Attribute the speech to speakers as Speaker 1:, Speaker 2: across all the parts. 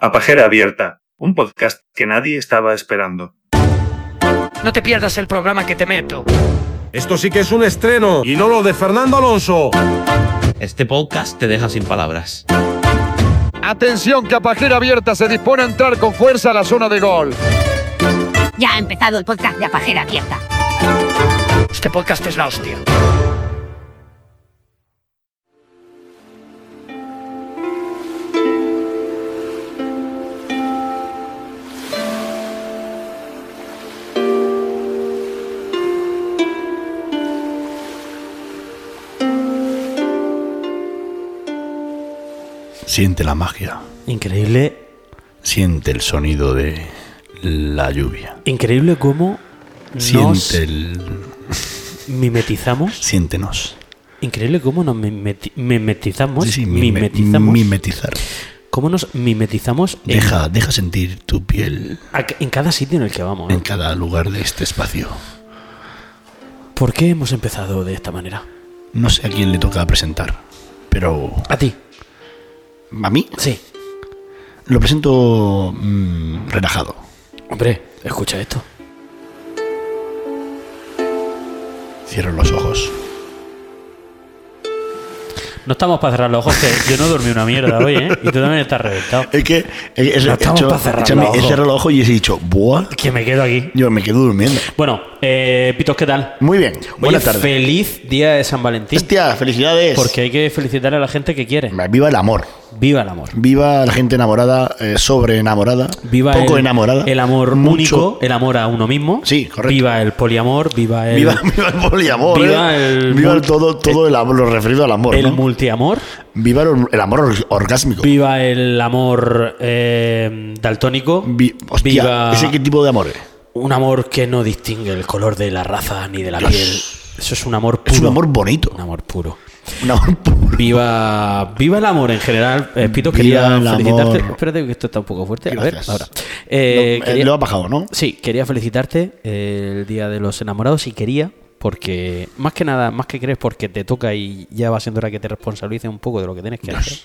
Speaker 1: A Pajera Abierta, un podcast que nadie estaba esperando.
Speaker 2: No te pierdas el programa que te meto.
Speaker 3: Esto sí que es un estreno y no lo de Fernando Alonso.
Speaker 4: Este podcast te deja sin palabras.
Speaker 5: Atención que a pajera abierta se dispone a entrar con fuerza a la zona de gol.
Speaker 6: Ya ha empezado el podcast de A Pajera Abierta.
Speaker 2: Este podcast es la hostia.
Speaker 7: Siente la magia,
Speaker 8: Increíble,
Speaker 7: siente el sonido de la lluvia,
Speaker 8: increíble cómo nos
Speaker 7: siente el...
Speaker 8: mimetizamos.
Speaker 7: Siéntenos.
Speaker 8: Increíble cómo nos mimeti- mimetizamos.
Speaker 7: Sí, sí, mime-
Speaker 8: Pues mimetizamos.
Speaker 7: mimetizar.
Speaker 8: cómo nos mimetizamos en,
Speaker 7: Deja, deja sentir tu piel
Speaker 8: a- en cada sitio en el que vamos.
Speaker 7: en cada lugar de este espacio.
Speaker 8: ¿Por qué hemos empezado de esta manera?
Speaker 7: No sé a quién le toca presentar, pero
Speaker 8: A ti.
Speaker 7: a mí
Speaker 8: Sí.
Speaker 7: lo presento mm, relajado.
Speaker 8: Hombre, escucha esto.
Speaker 7: Cierro los ojos.
Speaker 8: No estamos para cerrar los ojos, que yo no dormí una mierda hoy, ¿eh? Y tú también estás reventado.
Speaker 7: Es que he, he-
Speaker 8: No
Speaker 7: he
Speaker 8: estamos
Speaker 7: hecho-
Speaker 8: pa' cerrar
Speaker 7: escúchame,
Speaker 8: los
Speaker 7: he
Speaker 8: ojos.
Speaker 7: cerrado los ojos y he dicho, ¡buah!
Speaker 8: Que me quedo aquí.
Speaker 7: Yo me quedo durmiendo.
Speaker 8: Bueno, eh, Pitos, ¿qué tal?
Speaker 7: Muy bien, buena
Speaker 8: Oye,
Speaker 7: tarde.
Speaker 8: Feliz día de San Valentín.
Speaker 7: Hostia, felicidades.
Speaker 8: Porque hay que felicitar a la gente que quiere.
Speaker 7: Viva el amor.
Speaker 8: Viva el amor.
Speaker 7: Viva la gente enamorada, eh, sobre enamorada,
Speaker 8: Viva
Speaker 7: poco
Speaker 8: el,
Speaker 7: enamorada.
Speaker 8: El amor
Speaker 7: mucho-
Speaker 8: único, el amor a uno mismo.
Speaker 7: Sí, correcto.
Speaker 8: Viva el poliamor, viva el,
Speaker 7: Viva, viva el poliamor.
Speaker 8: Viva
Speaker 7: eh.
Speaker 8: el
Speaker 7: Viva
Speaker 8: mul-
Speaker 7: todo, todo el, am- lo referido al amor.
Speaker 8: el
Speaker 7: ¿no?
Speaker 8: multiamor,
Speaker 7: Viva el, el amor or- orgásmico.
Speaker 8: viva el amor eh, daltónico,
Speaker 7: Vi- hostia,
Speaker 8: viva
Speaker 7: ¿ese qué tipo de amor es?
Speaker 8: un amor que no distingue el color de la raza ni de la
Speaker 7: Dios.
Speaker 8: piel. Eso es un amor puro.
Speaker 7: Es un amor bonito.
Speaker 8: Un amor puro.
Speaker 7: Un amor
Speaker 8: Eh,
Speaker 7: puro.
Speaker 8: Viva, viva el amor en general. Eh, Pito,
Speaker 7: Viva
Speaker 8: quería
Speaker 7: el
Speaker 8: felicitarte.
Speaker 7: amor.
Speaker 8: Espérate que esto está un poco fuerte.
Speaker 7: Gracias.
Speaker 8: A ver, ahora. Eh,
Speaker 7: Lo- eh,
Speaker 8: quería-
Speaker 7: Lo ha bajado, ¿no?
Speaker 8: Sí, quería felicitarte eh, el Día de los Enamorados y quería, porque más que nada, más que crees, porque te toca y ya va siendo hora que te responsabilices un poco de lo que tienes que hacer.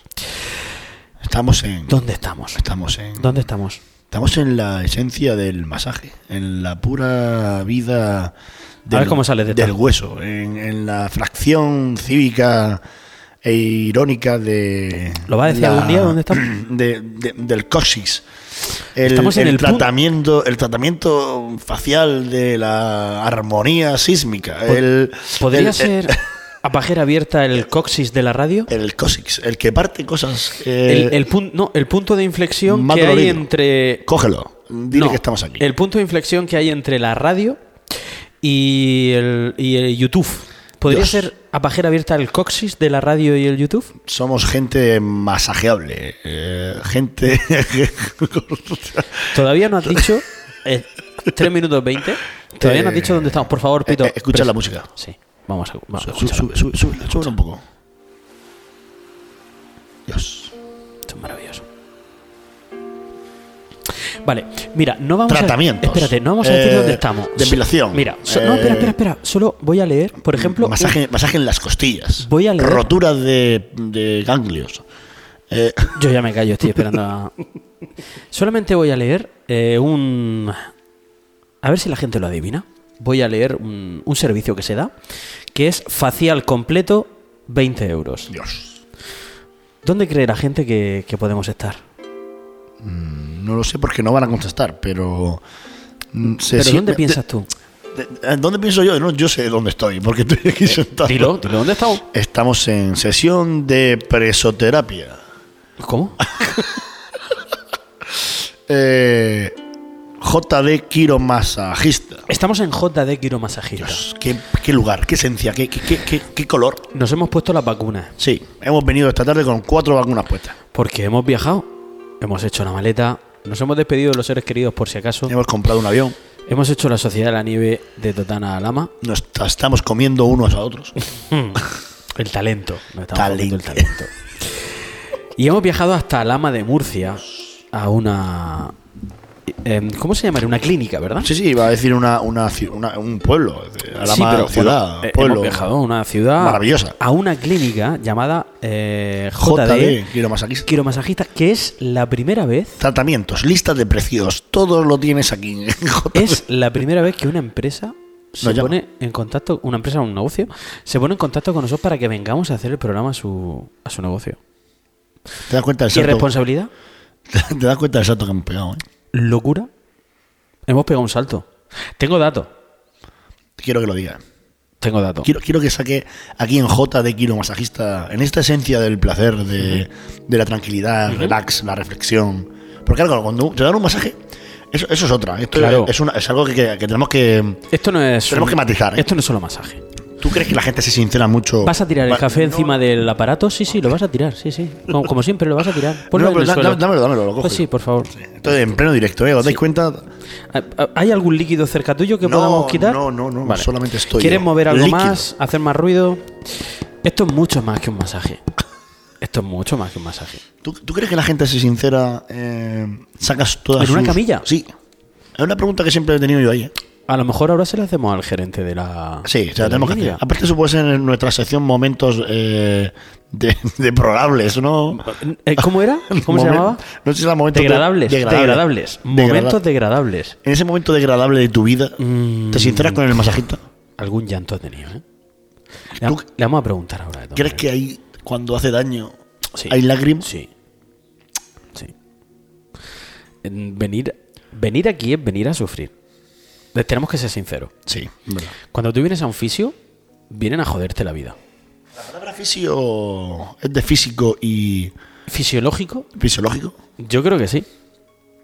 Speaker 7: Estamos en.
Speaker 8: ¿Dónde estamos?
Speaker 7: Estamos en.
Speaker 8: ¿Dónde estamos?
Speaker 7: Estamos en la esencia del masaje, en la pura vida del,
Speaker 8: ver cómo sales de
Speaker 7: del
Speaker 8: esta.
Speaker 7: hueso, en, en la fracción cívica e irónica de...
Speaker 8: ¿Lo va a decir
Speaker 7: la-
Speaker 8: algún día dónde estamos?
Speaker 7: de- de- del coxis. El,
Speaker 8: Estamos en el punto-
Speaker 7: tratamiento, el tratamiento facial de la armonía sísmica. el,
Speaker 8: ¿Podría
Speaker 7: el-
Speaker 8: ser a pajera abierta el coxis de la radio?
Speaker 7: El, coxis, el que parte cosas... eh,
Speaker 8: El, el pun- no, el punto de inflexión
Speaker 7: más
Speaker 8: que hay
Speaker 7: dolorido.
Speaker 8: entre.
Speaker 7: Cógelo, dile
Speaker 8: No,
Speaker 7: que estamos aquí.
Speaker 8: El punto de inflexión que hay entre la radio y el, y el YouTube. ¿Podría
Speaker 7: Dios.
Speaker 8: ser a pajera abierta el coxis de la radio y el YouTube?
Speaker 7: somos gente masajeable, eh, gente...
Speaker 8: Todavía no has dicho. eh, 3 minutos 20. Todavía no has dicho dónde estamos. Por favor, Pito.
Speaker 7: Eh, eh, escucha
Speaker 8: pres-
Speaker 7: la música.
Speaker 8: Sí. Vamos a, vamos a
Speaker 7: Sube,
Speaker 8: escucharla.
Speaker 7: sube, sube, sube, sube un poco. Dios.
Speaker 8: Esto es maravilloso. Vale, mira, no vamos
Speaker 7: Tratamientos.
Speaker 8: a. Espérate, no vamos a decir
Speaker 7: Eh,
Speaker 8: dónde estamos.
Speaker 7: depilación.
Speaker 8: Mira, so-
Speaker 7: Eh, mm,
Speaker 8: no, espera, espera, espera. Solo voy a leer, por ejemplo.
Speaker 7: masaje, masaje en las costillas.
Speaker 8: Voy a leer.
Speaker 7: Roturas de, de ganglios. Eh,
Speaker 8: un- Yo ya me callo, estoy esperando a. Solamente voy a leer eh, un. A ver si la gente lo adivina. Voy a leer un, un servicio que se da, que es facial completo, 20 euros.
Speaker 7: Dios.
Speaker 8: ¿Dónde cree la gente que, que podemos estar?
Speaker 7: No lo sé porque no van a contestar, pero. mm, se
Speaker 8: ¿Pero
Speaker 7: siente-
Speaker 8: dónde piensas tú?
Speaker 7: de- de- ¿Dónde pienso yo? No, yo sé dónde estoy, porque estoy aquí sentado.
Speaker 8: Eh, Dilo, dilo, ¿dónde estamos?
Speaker 7: Estamos en sesión de presoterapia.
Speaker 8: ¿Cómo?
Speaker 7: Eh, JD Quiromasajista.
Speaker 8: Estamos en JD Quiromasajista.
Speaker 7: Dios, qué, qué lugar, qué esencia, qué, qué- qué- qué- qué color.
Speaker 8: Nos hemos puesto las vacunas
Speaker 7: Sí, hemos venido esta tarde con cuatro vacunas puestas.
Speaker 8: porque hemos viajado, hemos hecho la maleta, nos hemos despedido de los seres queridos por si acaso,
Speaker 7: Hemos comprado un avión,
Speaker 8: hemos hecho la Sociedad de la Nieve de Totana a Lama.
Speaker 7: nos t- estamos comiendo unos a otros.
Speaker 8: El talento. nos estamos
Speaker 7: Hmm. Talento.
Speaker 8: comiendo el talento. Y hemos viajado hasta Lama de Murcia a una eh, ¿Cómo se llamaría? Una clínica, ¿verdad?
Speaker 7: Sí, sí, iba a decir una, una ci- una- un pueblo. eh, A la
Speaker 8: Sí,
Speaker 7: ma-
Speaker 8: pero
Speaker 7: ciudad,
Speaker 8: bueno, eh,
Speaker 7: pueblo.
Speaker 8: hemos viajado a una ciudad
Speaker 7: Maravillosa.
Speaker 8: a una clínica llamada eh,
Speaker 7: JD,
Speaker 8: JD,
Speaker 7: quiero más aquí.
Speaker 8: quiromasajista, que es la primera vez,
Speaker 7: Tratamientos, listas de precios, todo lo tienes aquí. en JD.
Speaker 8: es la primera vez que una empresa se
Speaker 7: Nos llama.
Speaker 8: pone en contacto, una empresa o un negocio, se pone en contacto con nosotros para que vengamos a hacer el programa a su, a su negocio.
Speaker 7: ¿Te das cuenta del
Speaker 8: ¿Y
Speaker 7: salto?
Speaker 8: responsabilidad?
Speaker 7: Te das cuenta del salto que hemos pegado, eh?
Speaker 8: ¿Locura? Hemos pegado un salto. Tengo datos.
Speaker 7: Quiero que lo digas.
Speaker 8: Tengo datos.
Speaker 7: Quiero, quiero que saque aquí en J de Kilo Masajista, en esta esencia del placer, de, de la tranquilidad, el relax, la reflexión. Porque claro, cuando te dan un masaje, eso, eso es otra. Esto
Speaker 8: Claro.
Speaker 7: es, una- es algo que, que- que tenemos que.
Speaker 8: Esto no es.
Speaker 7: Tenemos que matizar, ¿eh?
Speaker 8: Esto no es solo masaje.
Speaker 7: ¿Tú crees que la gente se sincera mucho?
Speaker 8: ¿Vas a tirar el
Speaker 7: Va-
Speaker 8: café encima del aparato? Sí, sí, lo vas a tirar, sí, sí. Como, como siempre, lo vas a tirar.
Speaker 7: No,
Speaker 8: Ponlo en
Speaker 7: pero
Speaker 8: el
Speaker 7: da-
Speaker 8: suelo.
Speaker 7: da- dámelo, dámelo, lo cojo
Speaker 8: Pues sí,
Speaker 7: yo.
Speaker 8: por favor.
Speaker 7: Esto en pleno directo, ¿eh? ¿Os dais cuenta?
Speaker 8: ¿Ah, ¿Hay algún líquido cerca tuyo que
Speaker 7: No,
Speaker 8: podamos quitar?
Speaker 7: no, no, no, solamente estoy
Speaker 8: ¿Quieres
Speaker 7: yo.
Speaker 8: mover algo
Speaker 7: Líquido.
Speaker 8: más? ¿Hacer más ruido? Esto es mucho más que un masaje. Esto es mucho más que un masaje.
Speaker 7: ¿Tú, tú crees que la gente se sincera? eh, ¿Sacas todas
Speaker 8: ¿En una
Speaker 7: sus-
Speaker 8: camilla?
Speaker 7: Sí. Es una pregunta que siempre he tenido yo ahí, ¿eh?
Speaker 8: A lo mejor ahora se lo hacemos al gerente de la.
Speaker 7: Sí, o
Speaker 8: de
Speaker 7: sea,
Speaker 8: la
Speaker 7: tenemos que hacer.
Speaker 8: clínica.
Speaker 7: Aparte, eso puede ser en nuestra sección momentos eh, de- deplorables, ¿no?
Speaker 8: Eh, ¿Cómo era? ¿Cómo se
Speaker 7: Momen-
Speaker 8: llamaba?
Speaker 7: No sé si era momento de-
Speaker 8: Degradables.
Speaker 7: degradable.
Speaker 8: Degradables. Momentos
Speaker 7: Degrada-
Speaker 8: degradables.
Speaker 7: En ese momento degradable de tu vida,
Speaker 8: Mm.
Speaker 7: ¿te sinceras con el masajista?
Speaker 8: Algún llanto ha tenido, ¿eh? Le,
Speaker 7: ¿Tú-
Speaker 8: le vamos a preguntar ahora. de todas
Speaker 7: ¿Crees
Speaker 8: maneras.
Speaker 7: que ahí, cuando hace daño,
Speaker 8: Sí.
Speaker 7: hay lágrimas?
Speaker 8: Sí. Sí. En Venir, venir aquí es venir a sufrir. Le- Tenemos que ser sinceros.
Speaker 7: Sí, verdad.
Speaker 8: Cuando tú vienes a un fisio, vienen a joderte la vida.
Speaker 7: La palabra fisio es de físico y
Speaker 8: Fisiológico,
Speaker 7: fisiológico.
Speaker 8: yo creo que sí.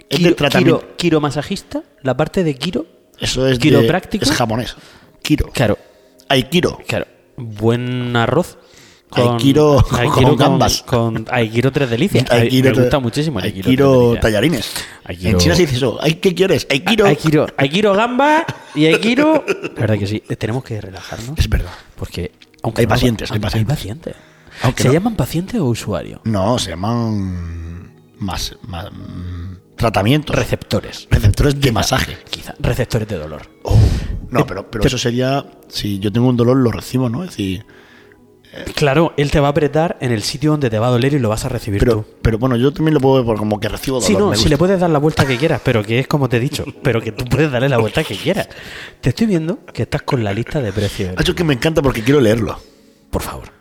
Speaker 7: Es de tratamiento.
Speaker 8: quiro- quiromasajista, la parte de quiro.
Speaker 7: Eso es de-
Speaker 8: ¿Quiropráctico?
Speaker 7: es japonés. Kiro.
Speaker 8: Claro,
Speaker 7: Hay Kiro.
Speaker 8: claro. Buen arroz.
Speaker 7: Aikiro con gambas.
Speaker 8: Con, Aikiro tres delicias. Ay-
Speaker 7: Aikiro
Speaker 8: me
Speaker 7: te-
Speaker 8: gusta muchísimo el Aikiro. tres
Speaker 7: Aikiro
Speaker 8: delicias.
Speaker 7: tallarines.
Speaker 8: Aikiro-
Speaker 7: En China se dice eso. Ay, ¿Qué quieres? Aikiro.
Speaker 8: Aikiro, Aikiro gamba y Aikiro. La verdad que sí, tenemos que relajarnos.
Speaker 7: Es verdad.
Speaker 8: Porque aunque
Speaker 7: Hay pacientes, hay pacientes.
Speaker 8: pacientes.
Speaker 7: Aunque
Speaker 8: ¿Se
Speaker 7: no.
Speaker 8: llaman paciente o usuario?
Speaker 7: No, se llaman más, más mm, tratamientos.
Speaker 8: Receptores.
Speaker 7: receptores de masaje.
Speaker 8: Quizá. Receptores de dolor. Eh,
Speaker 7: No, pero, pero eso sería. Si yo tengo un dolor, lo recibo, ¿no? Es decir.
Speaker 8: Claro, él te va a apretar en el sitio donde te va a doler y lo vas a recibir
Speaker 7: Pero,
Speaker 8: tú.
Speaker 7: pero bueno, yo también lo puedo ver por como que recibo dolor.
Speaker 8: Sí, no,
Speaker 7: me
Speaker 8: si
Speaker 7: gusta.
Speaker 8: le puedes dar la vuelta que quieras, pero que es como te he dicho, pero que tú puedes darle la vuelta que quieras. Te estoy viendo que estás con la lista de precios.
Speaker 7: Ah, yo que me encanta porque quiero leerlo.
Speaker 8: Por favor.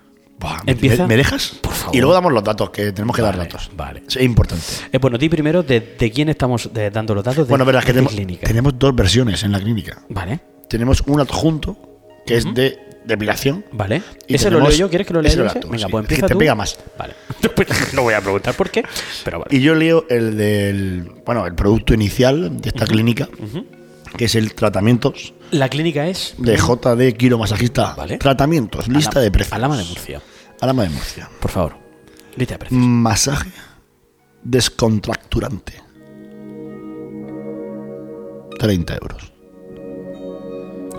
Speaker 7: Buah,
Speaker 8: Empieza-
Speaker 7: ¿Me, me dejas?
Speaker 8: Por favor.
Speaker 7: Y luego damos los datos, que tenemos que dar
Speaker 8: Vale,
Speaker 7: datos.
Speaker 8: vale.
Speaker 7: Sí, Es importante.
Speaker 8: Eh, bueno, di primero de, de quién estamos eh, dando los datos. De,
Speaker 7: bueno, verás que
Speaker 8: de
Speaker 7: tenemos,
Speaker 8: clínica.
Speaker 7: tenemos dos versiones en la clínica.
Speaker 8: Vale,
Speaker 7: Tenemos un adjunto que es de depilación.
Speaker 8: vale.
Speaker 7: Y
Speaker 8: ¿Ese lo
Speaker 7: tenemos-
Speaker 8: leo yo? ¿Quieres que lo lea
Speaker 7: ese
Speaker 8: yo?
Speaker 7: lo
Speaker 8: ese?
Speaker 7: das tú,
Speaker 8: Venga,
Speaker 7: sí.
Speaker 8: pues
Speaker 7: Es que
Speaker 8: empieza
Speaker 7: te
Speaker 8: tú.
Speaker 7: pega más.
Speaker 8: Vale. no voy a preguntar por qué, pero vale.
Speaker 7: Y yo leo el del, bueno, el producto inicial de esta clínica, que es el tratamientos
Speaker 8: La clínica es
Speaker 7: de JD Quiromasajista.
Speaker 8: Vale.
Speaker 7: Tratamientos, lista
Speaker 8: Alama-
Speaker 7: de precios.
Speaker 8: Alama de Murcia.
Speaker 7: Alama de Murcia.
Speaker 8: Por favor. Lista de
Speaker 7: Mm.
Speaker 8: precios.
Speaker 7: Masaje descontracturante. 30 euros.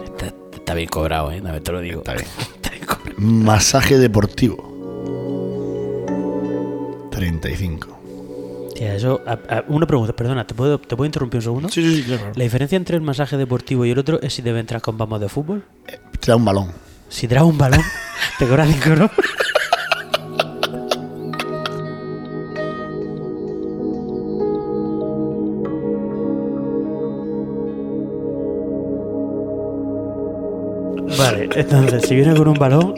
Speaker 8: Está, está bien cobrado, ¿eh? A ver, te lo digo.
Speaker 7: Está bien.
Speaker 8: Está bien cobrado.
Speaker 7: Masaje deportivo. 35.
Speaker 8: Tía, eso. a- a- una pregunta, perdona, ¿te puedo, ¿te puedo interrumpir un segundo?
Speaker 7: Sí, sí, sí, claro.
Speaker 8: La diferencia entre el masaje deportivo y el otro es si debe entrar con bambas de fútbol.
Speaker 7: Te da un balón.
Speaker 8: Si traes un balón, te cobras 5 euros. Vale, entonces, si viene con un balón,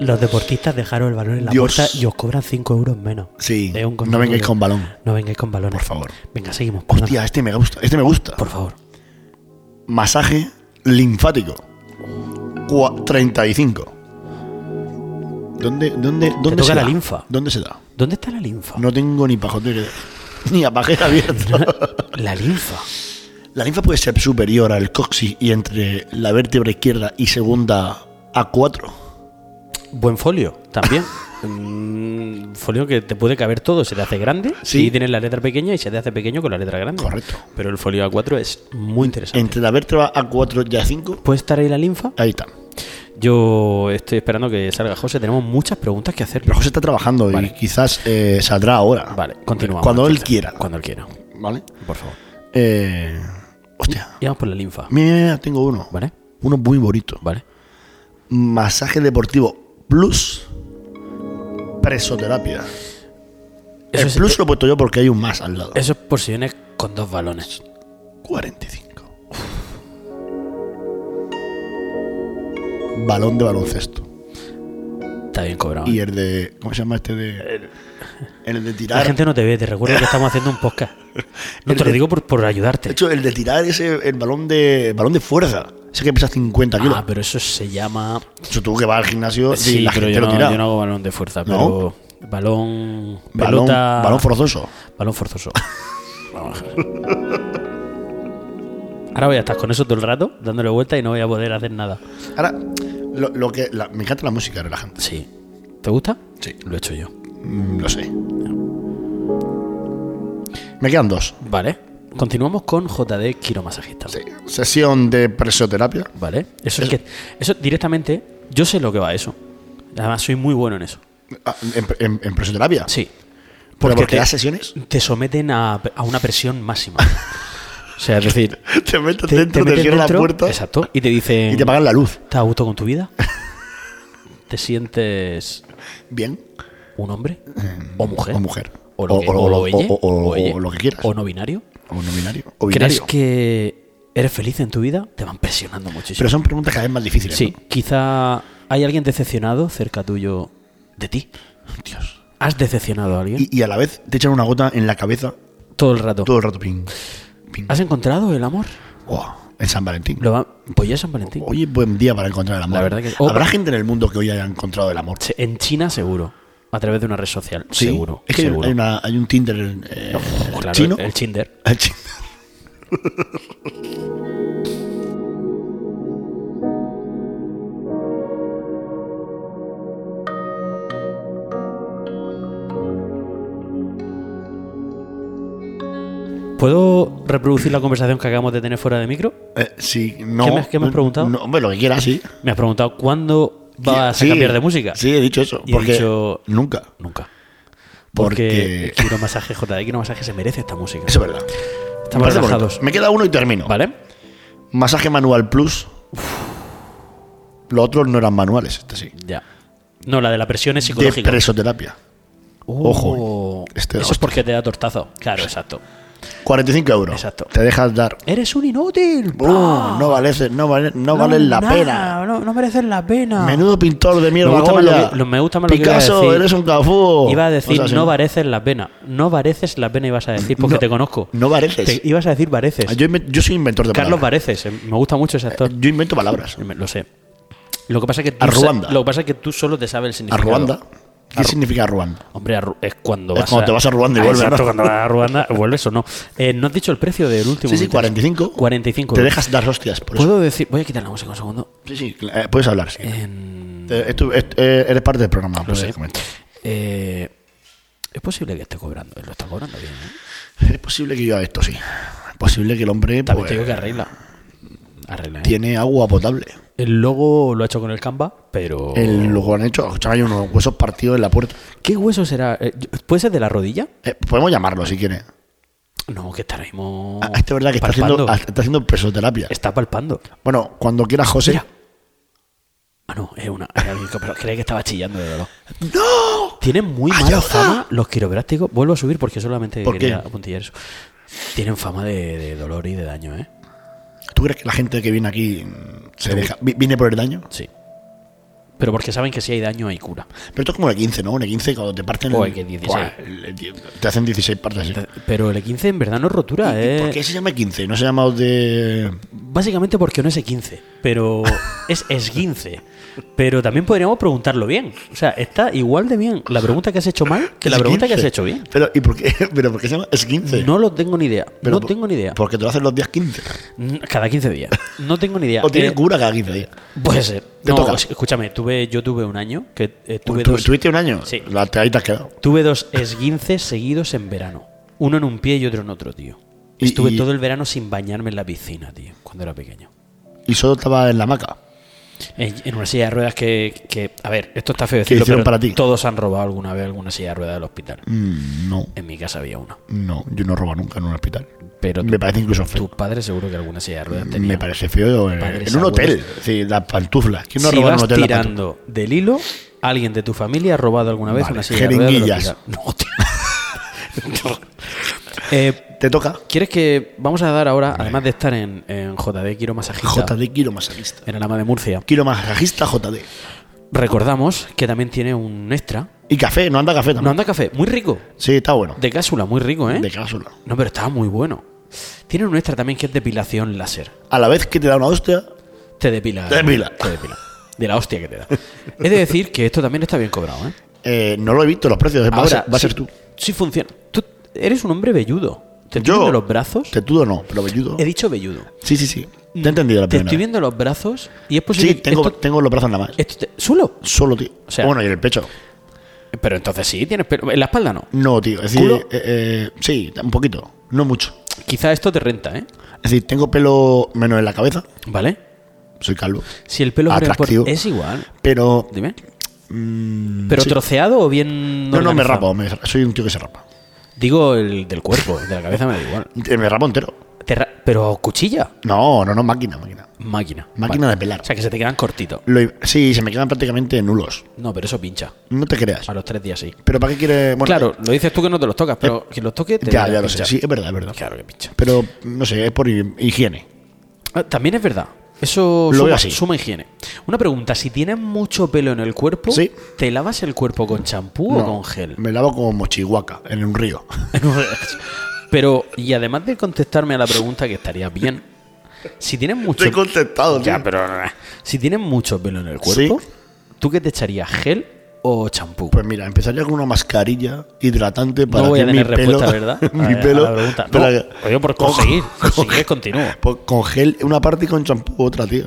Speaker 8: los deportistas dejaron el balón en la
Speaker 7: Dios.
Speaker 8: puerta y os cobran 5 euros menos.
Speaker 7: Sí,
Speaker 8: Es un
Speaker 7: no
Speaker 8: concepto
Speaker 7: vengáis
Speaker 8: de-
Speaker 7: con balón.
Speaker 8: No vengáis con balones.
Speaker 7: Por favor.
Speaker 8: Venga, seguimos. perdona.
Speaker 7: Hostia, este me gusta. Este me gusta.
Speaker 8: Por favor.
Speaker 7: Masaje linfático. Cua- 35. ¿Dónde, dónde, dónde
Speaker 8: toca
Speaker 7: se
Speaker 8: la
Speaker 7: da?
Speaker 8: linfa.
Speaker 7: ¿Dónde se da?
Speaker 8: ¿Dónde está la linfa?
Speaker 7: No tengo ni pajote ni apajera abierta.
Speaker 8: La linfa.
Speaker 7: la linfa puede ser superior al coxis y entre la vértebra izquierda y segunda a 4.
Speaker 8: Buen folio, también. Un folio que te puede caber todo, se te hace grande
Speaker 7: Sí.
Speaker 8: si tienes la letra pequeña y se te hace pequeño con la letra grande.
Speaker 7: Correcto.
Speaker 8: Pero el folio A4 es muy interesante.
Speaker 7: Entre la vértebra A4 y A5.
Speaker 8: ¿Puede estar ahí la linfa?
Speaker 7: Ahí está.
Speaker 8: Yo estoy esperando que salga José, tenemos muchas preguntas que hacer.
Speaker 7: Pero José está trabajando y
Speaker 8: Vale.
Speaker 7: quizás eh, saldrá ahora.
Speaker 8: Vale, continuamos.
Speaker 7: Cuando él
Speaker 8: entonces.
Speaker 7: quiera.
Speaker 8: Cuando él quiera,
Speaker 7: ¿Vale?
Speaker 8: por favor.
Speaker 7: Eh, hostia.
Speaker 8: Y vamos por la linfa.
Speaker 7: Mira, mira, mira, tengo uno.
Speaker 8: Vale,
Speaker 7: Uno muy bonito.
Speaker 8: vale.
Speaker 7: Masaje deportivo plus presoterapia.
Speaker 8: Eso
Speaker 7: el
Speaker 8: es-
Speaker 7: plus lo he puesto yo porque hay un más al lado.
Speaker 8: Eso es por si vienes con dos balones.
Speaker 7: 45. Uf. Balón de baloncesto.
Speaker 8: Está bien cobrado.
Speaker 7: Y
Speaker 8: ¿eh?
Speaker 7: el de. ¿Cómo se llama este de.? El, de tirar.
Speaker 8: La gente no te ve, te recuerdo que estamos haciendo un podcast. No
Speaker 7: El
Speaker 8: te lo
Speaker 7: de-
Speaker 8: digo por, por
Speaker 7: De
Speaker 8: ayudarte.
Speaker 7: hecho, el de tirar ese. El balón de. Balón de fuerza. Ese que pesa 50 kilos.
Speaker 8: Ah, pero eso se llama.
Speaker 7: Eso tú que vas al gimnasio y
Speaker 8: Sí,
Speaker 7: la
Speaker 8: pero
Speaker 7: gente
Speaker 8: yo
Speaker 7: lo
Speaker 8: no,
Speaker 7: tira.
Speaker 8: yo no hago balón de fuerza,
Speaker 7: ¿No?
Speaker 8: pero. Balón.
Speaker 7: balón,
Speaker 8: pelota-
Speaker 7: balón forzoso.
Speaker 8: Balón forzoso. Vamos a ver. Ahora voy a estar con eso todo el rato, dándole vuelta y no voy a poder hacer nada.
Speaker 7: Ahora, lo, lo que. la- me encanta la música relajante.
Speaker 8: Sí. ¿Te gusta?
Speaker 7: Sí.
Speaker 8: Lo he hecho yo.
Speaker 7: Mm, lo sé. Me quedan dos.
Speaker 8: Vale. Continuamos con JD Quiromasajista.
Speaker 7: Sí. Sesión de presoterapia.
Speaker 8: Vale. Eso, es que. Eso directamente. Yo sé lo que va eso. Además, soy muy bueno en eso.
Speaker 7: Ah, en, en- en presoterapia.
Speaker 8: Sí.
Speaker 7: ¿Pero porque,
Speaker 8: te-
Speaker 7: das sesiones?
Speaker 8: Te someten a, a una presión máxima. o sea, es decir.
Speaker 7: Te metes
Speaker 8: te-
Speaker 7: dentro, te,
Speaker 8: meten
Speaker 7: cierran
Speaker 8: dentro,
Speaker 7: la puerta
Speaker 8: Exacto. Y te dicen.
Speaker 7: y te apagan la luz.
Speaker 8: ¿Estás a gusto con tu vida? ¿Te sientes
Speaker 7: Bien.
Speaker 8: un hombre? ¿O mujer?
Speaker 7: Em, O mujer.
Speaker 8: ¿O lo que-
Speaker 7: O- o-
Speaker 8: o lo
Speaker 7: o-
Speaker 8: ella?
Speaker 7: o- o-
Speaker 8: ¿O ella?
Speaker 7: o lo que quieras.
Speaker 8: ¿O no binario?
Speaker 7: O no binario. O
Speaker 8: ¿Crees
Speaker 7: binario.
Speaker 8: que eres feliz en tu vida? Te van presionando muchísimo.
Speaker 7: Pero son preguntas cada vez más difíciles.
Speaker 8: Sí, quizá hay alguien decepcionado cerca tuyo de ti.
Speaker 7: ¿no? Dios.
Speaker 8: ¿Has decepcionado a alguien?
Speaker 7: Y, y a la vez te echan una gota en la cabeza
Speaker 8: Todo el rato.
Speaker 7: todo el rato. Ping, ping.
Speaker 8: ¿Has encontrado el amor?
Speaker 7: Guau, en San Valentín.
Speaker 8: Lo va... Pues ya es San Valentín.
Speaker 7: Hoy es buen día para encontrar el amor.
Speaker 8: La verdad que- Oh.
Speaker 7: Habrá
Speaker 8: Opa.
Speaker 7: gente en el mundo que hoy haya encontrado el amor.
Speaker 8: Se- En China seguro. A través de una red social.
Speaker 7: Sí.
Speaker 8: Seguro.
Speaker 7: Es que hay-
Speaker 8: seguro.
Speaker 7: Hay, una- hay un Tinder eh,
Speaker 8: Claro,
Speaker 7: chino.
Speaker 8: El Tinder.
Speaker 7: El chino.
Speaker 8: ¿Puedo reproducir la conversación que acabamos de tener fuera de micro?
Speaker 7: Eh, sí, no.
Speaker 8: ¿Qué me- qué me has preguntado?
Speaker 7: No, hombre, lo que quieras, sí.
Speaker 8: Me has preguntado cuándo vas
Speaker 7: Sí,
Speaker 8: a cambiar de música.
Speaker 7: Sí, he dicho eso.
Speaker 8: Y he
Speaker 7: porque
Speaker 8: dicho-
Speaker 7: nunca.
Speaker 8: Nunca.
Speaker 7: Porque.
Speaker 8: Porque, quiero masaje, JD, quiero masaje, se merece esta música.
Speaker 7: Eso es verdad. Me
Speaker 8: Estamos
Speaker 7: parece bonito.
Speaker 8: relajados.
Speaker 7: Me queda uno y termino.
Speaker 8: ¿Vale?
Speaker 7: Masaje manual plus. Los otros no eran manuales, este sí.
Speaker 8: Ya. No, la de la presión es
Speaker 7: De
Speaker 8: psicológica.
Speaker 7: presoterapia.
Speaker 8: Oh,
Speaker 7: ojo, este da
Speaker 8: eso es
Speaker 7: hostia.
Speaker 8: porque te da tortazo. Claro, exacto.
Speaker 7: 45 euros.
Speaker 8: Exacto. Ah.
Speaker 7: Te dejas dar.
Speaker 8: Eres un inútil.
Speaker 7: Uh, no vales, no vale, no valen la
Speaker 8: nada,
Speaker 7: pena.
Speaker 8: No, no mereces la pena.
Speaker 7: Menudo pintor de mierda.
Speaker 8: Me gusta más lo
Speaker 7: Goya.
Speaker 8: que- lo- me gusta más lo que iba a
Speaker 7: Picasso,
Speaker 8: decir.
Speaker 7: eres un cafú.
Speaker 8: Iba a decir,
Speaker 7: Cosas así.
Speaker 8: no pareces la pena. No pareces la pena, ibas a decir, porque
Speaker 7: No,
Speaker 8: te conozco.
Speaker 7: no pareces.
Speaker 8: Te- ibas a decir, pareces.
Speaker 7: Ah, Yo, inven- yo soy inventor de
Speaker 8: Carlos
Speaker 7: palabras.
Speaker 8: pareces. eh, Me gusta mucho ese actor. Eh,
Speaker 7: Yo invento palabras.
Speaker 8: Me- Lo sé. Lo que pasa es que tú,
Speaker 7: A Ruanda.
Speaker 8: sa- Lo que pasa es que tú solo te sabes el
Speaker 7: ¿A
Speaker 8: significado.
Speaker 7: Ruanda? ¿Qué significa Ruanda?
Speaker 8: Hombre, a Ru- es cuando
Speaker 7: Es
Speaker 8: vas
Speaker 7: cuando te vas a Ruanda y
Speaker 8: Ah,
Speaker 7: vuelves,
Speaker 8: Exacto,
Speaker 7: ¿no?
Speaker 8: cuando vas a Ruanda vuelves o no. Eh, ¿No has dicho el precio del último?
Speaker 7: Sí, sí,
Speaker 8: Mientras-
Speaker 7: 45.
Speaker 8: 45.
Speaker 7: Te dejas dar hostias. Por eso.
Speaker 8: Puedo decir... Voy a quitar la música un segundo.
Speaker 7: Sí, sí, eh, puedes hablar. sí.
Speaker 8: En-
Speaker 7: Eh, es tu- es- eh, eres parte del programa,
Speaker 8: lo sé.
Speaker 7: básicamente.
Speaker 8: Eh, es posible que esté cobrando. Él Lo está cobrando bien, ¿eh?
Speaker 7: Es posible que yo haga esto, sí. Es posible que el hombre
Speaker 8: También
Speaker 7: pues,
Speaker 8: te digo que arregla. Arregla, ¿eh?
Speaker 7: tiene agua potable.
Speaker 8: El logo lo ha hecho con el Canva, pero...
Speaker 7: El- lo que han hecho, chaval, hay unos huesos partidos en la puerta.
Speaker 8: ¿Qué hueso será? Eh, yo- ¿Puede ser de la rodilla?
Speaker 7: Eh, podemos llamarlo si quiere.
Speaker 8: No, que está ahora mismo...
Speaker 7: Ah, Este es verdad que está haciendo,
Speaker 8: palpando.
Speaker 7: está haciendo presoterapia.
Speaker 8: Está palpando.
Speaker 7: Bueno, cuando quieras, José.
Speaker 8: Mira. Ah, no, es una. era alguien que- pero creía que estaba chillando de dolor. ¡No! Tienen muy mala
Speaker 7: ¡Ayuda!
Speaker 8: fama los quiroprácticos. Vuelvo a subir porque solamente
Speaker 7: Ah, ¿Por
Speaker 8: quería
Speaker 7: qué?
Speaker 8: apuntillar eso. Tienen fama de, de dolor y de daño, ¿eh?
Speaker 7: ¿Tú crees que la gente que viene aquí mm, se deja, vi- viene por el daño?
Speaker 8: Sí. Pero porque saben que si hay daño hay cura.
Speaker 7: Pero esto es como el 15, ¿no? En el 15 cuando te parten...
Speaker 8: O
Speaker 7: el-
Speaker 8: el que 16.
Speaker 7: Buah, el- el- te hacen 16 partes. sí.
Speaker 8: Pero el E15 en verdad no es rotura,
Speaker 7: ¿Y- y
Speaker 8: ¿eh?
Speaker 7: ¿Por qué se llama 15? No se llama de...
Speaker 8: Básicamente porque no es E15, pero es esguince. Pero también podríamos preguntarlo bien. O sea, está igual de bien la pregunta que has hecho mal que la pregunta que has
Speaker 7: 15.
Speaker 8: hecho bien.
Speaker 7: Pero, ¿y por qué, pero por qué se llama es 15?
Speaker 8: No lo tengo ni idea.
Speaker 7: Pero
Speaker 8: no
Speaker 7: por-
Speaker 8: tengo ni idea.
Speaker 7: Porque te lo hacen los días 15.
Speaker 8: N- Cada 15 días. No tengo ni idea.
Speaker 7: O tiene
Speaker 8: Eh,
Speaker 7: cura cada 15 días.
Speaker 8: Puede ser.
Speaker 7: Te
Speaker 8: No,
Speaker 7: toca.
Speaker 8: es- escúchame, tuve, yo tuve un año que eh, tuve,
Speaker 7: ¿Tú,
Speaker 8: dos,
Speaker 7: ¿Tuviste un año?
Speaker 8: Sí.
Speaker 7: La, te- ahí te has quedado.
Speaker 8: tuve dos esguinces seguidos en verano. Uno en un pie y otro en otro, tío.
Speaker 7: Y-
Speaker 8: Estuve
Speaker 7: y-
Speaker 8: todo el verano sin bañarme en la piscina, tío, cuando era pequeño.
Speaker 7: Y solo estaba en la hamaca.
Speaker 8: En, en una silla de ruedas que, que- a ver, esto está feo
Speaker 7: ¿Qué
Speaker 8: decirlo,
Speaker 7: hicieron
Speaker 8: pero
Speaker 7: para ti?
Speaker 8: todos han robado alguna vez alguna silla de ruedas del hospital.
Speaker 7: Mm, no,
Speaker 8: En mi casa había una.
Speaker 7: no. Yo no robo nunca en un hospital.
Speaker 8: Pero
Speaker 7: Me parece incluso feo.
Speaker 8: Tu padre seguro que alguna silla de ruedas tenía.
Speaker 7: Me parece feo en,
Speaker 8: Padres,
Speaker 7: en un hotel.
Speaker 8: abuelos.
Speaker 7: Sí, la pantufla. ¿Quién no ha
Speaker 8: si
Speaker 7: robado en
Speaker 8: vas
Speaker 7: un hotel la pantufla?
Speaker 8: tirando del hilo, alguien de tu familia ha robado alguna vez
Speaker 7: Vale,
Speaker 8: una silla de ruedas del
Speaker 7: jeringuillas.
Speaker 8: hospital. No, tío. No. Eh,
Speaker 7: Te toca.
Speaker 8: ¿Quieres que vamos a dar ahora, además de estar en, en JD Quiromasajista,
Speaker 7: JD quiromasajista.
Speaker 8: en el ama de Murcia,
Speaker 7: Quiromasajista JD.
Speaker 8: recordamos que también tiene un extra.
Speaker 7: Y café, no anda café
Speaker 8: No
Speaker 7: también.
Speaker 8: anda café, muy rico.
Speaker 7: Sí, está bueno.
Speaker 8: De cápsula, muy rico, ¿eh?
Speaker 7: De cápsula.
Speaker 8: No, pero estaba muy bueno. Tienen un extra también que es depilación láser.
Speaker 7: A la vez que te da una hostia,
Speaker 8: Te depila.
Speaker 7: Te depila.
Speaker 8: Te depila. De la hostia que te da. He de decir que esto también está bien cobrado, ¿eh?
Speaker 7: eh, no lo he visto los precios. Va, a ser, va a
Speaker 8: Ah, sí-
Speaker 7: ser tú.
Speaker 8: Sí funciona. Tú eres un hombre velludo. Te estoy
Speaker 7: Yo-
Speaker 8: viendo los brazos.
Speaker 7: Te dudo no, pero velludo.
Speaker 8: He dicho velludo.
Speaker 7: Sí, sí, sí. Te he entendido la
Speaker 8: Te
Speaker 7: primera.
Speaker 8: estoy
Speaker 7: vez.
Speaker 8: viendo los brazos y es posible
Speaker 7: Sí,
Speaker 8: que
Speaker 7: tengo,
Speaker 8: esto-
Speaker 7: tengo los brazos nada más.
Speaker 8: esto te- ¿Solo?
Speaker 7: Solo, tío.
Speaker 8: O sea-
Speaker 7: bueno, y en el pecho.
Speaker 8: Pero entonces sí, tienes pelo. En la espalda no.
Speaker 7: No, tío. Es decir,
Speaker 8: ¿Culo?
Speaker 7: eh, eh, sí, un poquito. No mucho.
Speaker 8: Quizá esto te renta, ¿eh?
Speaker 7: Es decir, tengo pelo menos en la cabeza.
Speaker 8: ¿Vale?
Speaker 7: Soy calvo.
Speaker 8: Si el pelo fuera por-
Speaker 7: Atractivo.
Speaker 8: es igual.
Speaker 7: Pero.
Speaker 8: Dime.
Speaker 7: mm,
Speaker 8: ¿Pero
Speaker 7: sí.
Speaker 8: troceado o bien.?
Speaker 7: No, no, me
Speaker 8: organizado?
Speaker 7: rapo. me- soy un tío que se rapa.
Speaker 8: Digo el del cuerpo, el de la cabeza me da igual.
Speaker 7: Eh, Me rapo entero.
Speaker 8: Te ra- Pero cuchilla,
Speaker 7: No, no, no, máquina, máquina.
Speaker 8: máquina.
Speaker 7: Máquina de pelar.
Speaker 8: O sea, que se te quedan cortitos.
Speaker 7: Lo- sí, se me quedan prácticamente nulos.
Speaker 8: No, pero eso pincha.
Speaker 7: No te creas.
Speaker 8: A los tres días sí.
Speaker 7: Pero ¿para qué quiere...? Bueno, eh,
Speaker 8: claro, lo dices tú que no te los tocas, pero que los toques te
Speaker 7: Ya,
Speaker 8: van a
Speaker 7: ya lo sé.
Speaker 8: pinchar.
Speaker 7: Sí, es verdad, es verdad.
Speaker 8: Claro que pincha.
Speaker 7: Pero, no sé, es por hi- higiene.
Speaker 8: Ah, También es verdad. Eso
Speaker 7: Lo veo
Speaker 8: suma,
Speaker 7: así.
Speaker 8: suma higiene. Una pregunta, si tienes mucho pelo en el cuerpo,
Speaker 7: Sí.
Speaker 8: ¿te lavas el cuerpo con champú o
Speaker 7: No,
Speaker 8: Uh. con gel?
Speaker 7: Me lavo como mochihuaca en un río.
Speaker 8: Pero, y además de contestarme a la pregunta que estaría bien, si tienes mucho...
Speaker 7: contestado,
Speaker 8: Ya, pero si tienes mucho pelo en el cuerpo,
Speaker 7: Sí.
Speaker 8: ¿tú qué te echarías? ¿Gel o champú?
Speaker 7: Pues mira, empezaría con una mascarilla hidratante para
Speaker 8: no voy
Speaker 7: que
Speaker 8: a tener
Speaker 7: mi pelo,
Speaker 8: respuesta, ¿verdad?
Speaker 7: mi
Speaker 8: A- a
Speaker 7: pelo.
Speaker 8: la pregunta. No,
Speaker 7: para que-
Speaker 8: lo digo por
Speaker 7: con-
Speaker 8: conseguir.
Speaker 7: con-
Speaker 8: Si quieres, continúo.
Speaker 7: por- Con gel, una parte y con champú, otra, tío.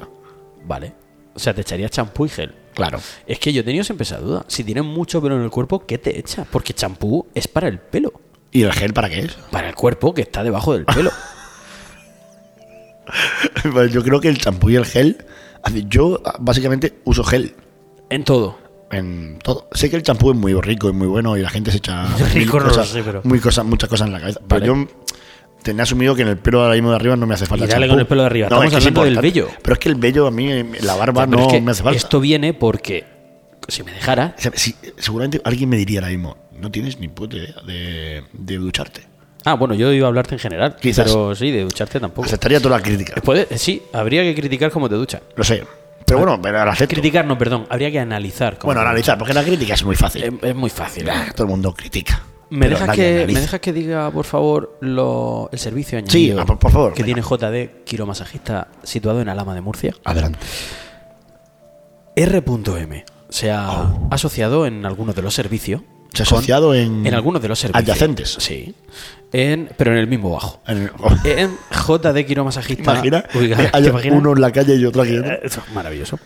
Speaker 8: Vale. O sea, te echarías champú y gel. Claro. Es que yo he tenido siempre esa duda. Si tienes mucho pelo en el cuerpo, ¿qué te echas? Porque champú es para el pelo.
Speaker 7: ¿Y el gel para qué es?
Speaker 8: Para el cuerpo que está debajo del pelo.
Speaker 7: Pues Yo creo que el champú y el gel. Yo ah, básicamente uso gel
Speaker 8: en todo.
Speaker 7: en todo. Sé que el champú es muy rico y muy bueno y la gente se echa mil
Speaker 8: Rico no lo
Speaker 7: cosas,
Speaker 8: sé, pero-
Speaker 7: muy cosas, muchas cosas en la cabeza.
Speaker 8: Vale.
Speaker 7: Pero yo tenía asumido que en el pelo ahora mismo de arriba no me hace falta.
Speaker 8: Y dale
Speaker 7: champú.
Speaker 8: con el pelo de arriba. Estamos
Speaker 7: es
Speaker 8: hablando del
Speaker 7: importante.
Speaker 8: vello.
Speaker 7: Pero es que el vello a mí, eh, la barba
Speaker 8: Pero
Speaker 7: no
Speaker 8: es que
Speaker 7: me hace falta.
Speaker 8: Esto viene porque si me dejara,
Speaker 7: O sea, sí, seguramente alguien me diría ahora mismo, no tienes ni puta idea de, de ducharte.
Speaker 8: Ah, bueno, yo iba a hablarte en general.
Speaker 7: Quizás.
Speaker 8: Pero sí, de ducharte tampoco.
Speaker 7: Aceptaría toda la crítica.
Speaker 8: Después de- sí, habría que criticar cómo te duchas.
Speaker 7: Lo sé. Pero
Speaker 8: Ah,
Speaker 7: bueno, pero la acepto.
Speaker 8: Criticar, no, perdón. Habría que analizar. cómo
Speaker 7: Bueno,
Speaker 8: te
Speaker 7: analizar, porque la crítica es muy fácil.
Speaker 8: duchas. Es, es muy fácil.
Speaker 7: Ah, todo el mundo critica.
Speaker 8: Em, ¿Me
Speaker 7: pero
Speaker 8: dejas,
Speaker 7: nadie
Speaker 8: que,
Speaker 7: analiza.
Speaker 8: ¿Me dejas que diga, por favor, lo- el servicio añadido?
Speaker 7: ah, por- por favor,
Speaker 8: Que
Speaker 7: venga.
Speaker 8: tiene JD Quiromasajista situado en Alama de Murcia.
Speaker 7: Adelante.
Speaker 8: R.M. Se ha asociado en algunos de los servicios.
Speaker 7: Ah. Se ha asociado en-
Speaker 8: En algunos de los servicios.
Speaker 7: Adyacentes.
Speaker 8: Sí. En, pero en el mismo bajo.
Speaker 7: En-
Speaker 8: En JD Quiromasajista.
Speaker 7: Imagina,
Speaker 8: Eh, Uy,
Speaker 7: que
Speaker 8: ¿te
Speaker 7: haya
Speaker 8: imaginas?
Speaker 7: uno en la calle y otro aquí. ¿no?
Speaker 8: Eh, eso es maravilloso.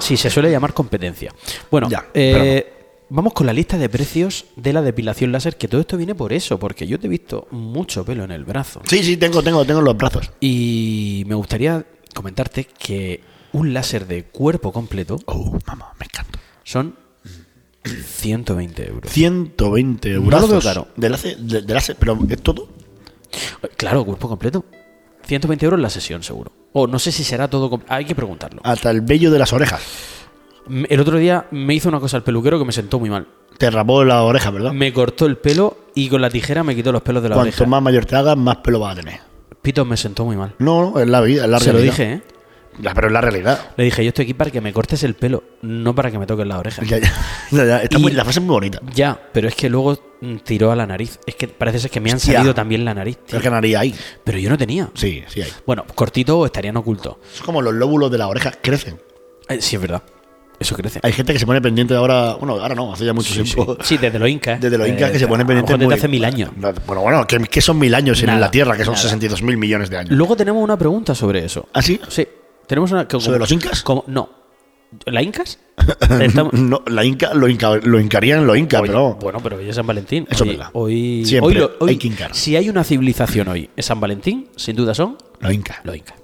Speaker 8: Sí, se suele llamar competencia. Bueno,
Speaker 7: Ya,
Speaker 8: eh, vamos con la lista de precios de la depilación láser, que todo esto viene por eso, porque yo te he visto mucho pelo en el brazo.
Speaker 7: Sí, sí, tengo, tengo, tengo en los brazos.
Speaker 8: Y me gustaría comentarte que un láser de cuerpo completo
Speaker 7: Oh, mamá, me encanta.
Speaker 8: son 120 euros.
Speaker 7: 120 euros.
Speaker 8: No lo veo caro.
Speaker 7: Del hace, de- del hace- pero es todo.
Speaker 8: Claro, cuerpo completo. 120 euros la sesión, seguro. O no sé si será todo. com- Hay que preguntarlo.
Speaker 7: Hasta el vello de las orejas.
Speaker 8: M- El otro día me hizo una cosa el peluquero que me sentó muy mal.
Speaker 7: Te rapó la oreja, ¿verdad?
Speaker 8: Me cortó el pelo y con la tijera me quitó los pelos de la
Speaker 7: Cuanto
Speaker 8: oreja.
Speaker 7: más mayor te hagas, más pelo vas a tener.
Speaker 8: Pito me sentó muy mal.
Speaker 7: No, no, es la vida, es la
Speaker 8: Se lo
Speaker 7: realidad.
Speaker 8: dije, ¿eh?
Speaker 7: Ya, pero es la realidad.
Speaker 8: Le dije, yo estoy aquí para que me cortes el pelo, no para que me toques la oreja.
Speaker 7: Ya, ya, ya, ya. Está
Speaker 8: Y-
Speaker 7: muy- la frase es muy bonita.
Speaker 8: Ya, pero es que luego mm, tiró a la nariz. Es que parece ser que me han
Speaker 7: Hostia.
Speaker 8: salido también la nariz, tío.
Speaker 7: Es que nariz ahí.
Speaker 8: Pero yo no tenía.
Speaker 7: Sí, sí hay.
Speaker 8: Bueno, cortito o estarían ocultos.
Speaker 7: Es como los lóbulos de la oreja crecen.
Speaker 8: Eh, sí, es verdad. Eso crece.
Speaker 7: Hay gente que se pone pendiente ahora. Bueno, ahora no, hace ya mucho
Speaker 8: Sí,
Speaker 7: tiempo.
Speaker 8: sí. Sí, desde los incas. ¿eh?
Speaker 7: Desde los
Speaker 8: Eh,
Speaker 7: incas que se
Speaker 8: a lo
Speaker 7: ponen pendientes.
Speaker 8: mejor desde
Speaker 7: muy-
Speaker 8: hace mil años.
Speaker 7: No, Bueno, bueno, que, que son mil años en
Speaker 8: Nada,
Speaker 7: la Tierra, que son
Speaker 8: nada.
Speaker 7: 62 mil millones de años.
Speaker 8: Luego tenemos una pregunta sobre eso.
Speaker 7: ¿Ah, sí?
Speaker 8: Sí. Tenemos una... que-
Speaker 7: ¿Sobre los incas?
Speaker 8: como- no. ¿La incas? Estamos-
Speaker 7: No, la inca, lo, inca, lo incarían los incas,
Speaker 8: Oye, pues,
Speaker 7: pero
Speaker 8: Bueno, pero hoy es San Valentín.
Speaker 7: Eso es
Speaker 8: hoy,
Speaker 7: verdad.
Speaker 8: hoy-
Speaker 7: Siempre
Speaker 8: hoy lo- hoy-
Speaker 7: hay que hincar.
Speaker 8: Si hay una civilización hoy, es San Valentín, sin duda son
Speaker 7: los incas.
Speaker 8: los incas.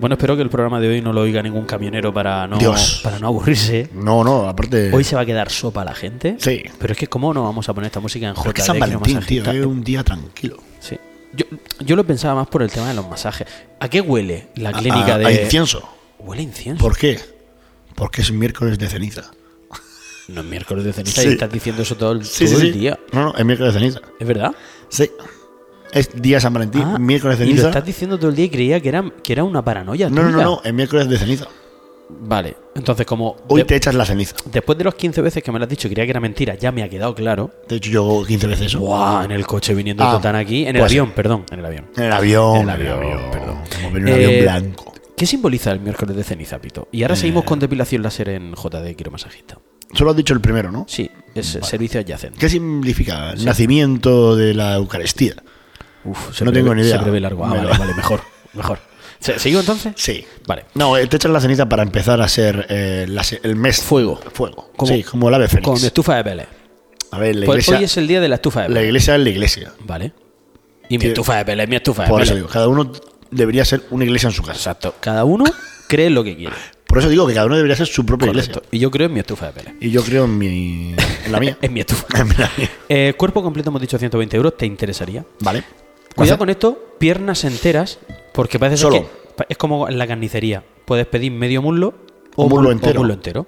Speaker 8: Bueno, espero que el programa de hoy no lo oiga ningún camionero para no,
Speaker 7: Dios.
Speaker 8: para no aburrirse.
Speaker 7: No, no, aparte.
Speaker 8: Hoy se va a quedar sopa la gente.
Speaker 7: Sí.
Speaker 8: Pero es que, ¿cómo no vamos a poner esta música en
Speaker 7: Pero
Speaker 8: J?
Speaker 7: es que es San Valentín, tío. Es un día tranquilo.
Speaker 8: Sí. Yo, yo lo pensaba más por el tema de los masajes. ¿A qué huele la clínica
Speaker 7: a, a-
Speaker 8: de.
Speaker 7: a incienso.
Speaker 8: Huele a incienso.
Speaker 7: ¿Por qué? Porque es miércoles de ceniza.
Speaker 8: No es miércoles de ceniza
Speaker 7: Sí.
Speaker 8: y estás diciendo eso todo el, todo el día.
Speaker 7: No, no, es miércoles de ceniza.
Speaker 8: ¿Es verdad?
Speaker 7: Sí. Es día San Valentín,
Speaker 8: Ah,
Speaker 7: miércoles de
Speaker 8: y lo
Speaker 7: ceniza.
Speaker 8: estás diciendo todo el día y creía que era, que era una paranoia.
Speaker 7: No, no, no,
Speaker 8: tuya.
Speaker 7: no, es miércoles de ceniza.
Speaker 8: Vale. Entonces, como.
Speaker 7: Hoy
Speaker 8: de-
Speaker 7: te echas la ceniza.
Speaker 8: Después de los 15 veces que me lo has dicho y creía que era mentira, ya me ha quedado claro.
Speaker 7: Te he hecho yo 15 veces eso.
Speaker 8: Buah, en el coche viniendo
Speaker 7: Ah,
Speaker 8: Totán aquí. En el
Speaker 7: pues-
Speaker 8: avión, perdón. En el avión.
Speaker 7: En el avión.
Speaker 8: Ah, En el avión,
Speaker 7: perdón. Como en un avión
Speaker 8: Eh,
Speaker 7: blanco.
Speaker 8: ¿Qué simboliza el miércoles de ceniza, Pito? Y ahora
Speaker 7: Mm.
Speaker 8: seguimos con depilación láser en JD Quiero Masajista.
Speaker 7: Solo has dicho el primero, ¿no?
Speaker 8: Sí, es eh, servicio adyacente.
Speaker 7: ¿Qué significa? El nacimiento de la Eucaristía.
Speaker 8: Uf,
Speaker 7: No tengo ni idea.
Speaker 8: Se prevé largo. Ah,
Speaker 7: Me
Speaker 8: vale,
Speaker 7: lo-
Speaker 8: vale, mejor. Mejor. ¿Se- ¿Sigo entonces?
Speaker 7: Sí.
Speaker 8: Vale.
Speaker 7: No, eh, te echas la ceniza para empezar a ser eh, la se- el mes.
Speaker 8: Fuego.
Speaker 7: Fuego.
Speaker 8: Como-
Speaker 7: sí, como el ave fénix.
Speaker 8: Con estufa de Pele.
Speaker 7: A ver, la
Speaker 8: Pues
Speaker 7: iglesia.
Speaker 8: hoy es el día de la estufa de
Speaker 7: La
Speaker 8: Pele.
Speaker 7: iglesia es la iglesia.
Speaker 8: Vale. Y mi
Speaker 7: Sí.
Speaker 8: estufa de Pele, mi estufa de
Speaker 7: Por eso
Speaker 8: Pele.
Speaker 7: digo, cada uno debería ser una iglesia en su casa.
Speaker 8: Exacto. Cada uno cree lo que quiere.
Speaker 7: Por eso digo que cada uno debería ser su propia
Speaker 8: Correcto.
Speaker 7: iglesia.
Speaker 8: Y yo creo en mi estufa de Pele.
Speaker 7: Y yo creo en mi. en la mía.
Speaker 8: En mi estufa.
Speaker 7: En la mía.
Speaker 8: Eh, cuerpo completo hemos dicho 120 euros, ¿te interesaría?
Speaker 7: Vale.
Speaker 8: Cuidado con esto, piernas enteras, porque parece ser
Speaker 7: Solo.
Speaker 8: que pa- es como en la carnicería. Puedes pedir medio muslo
Speaker 7: O muslo
Speaker 8: mul-
Speaker 7: entero.
Speaker 8: muslo entero.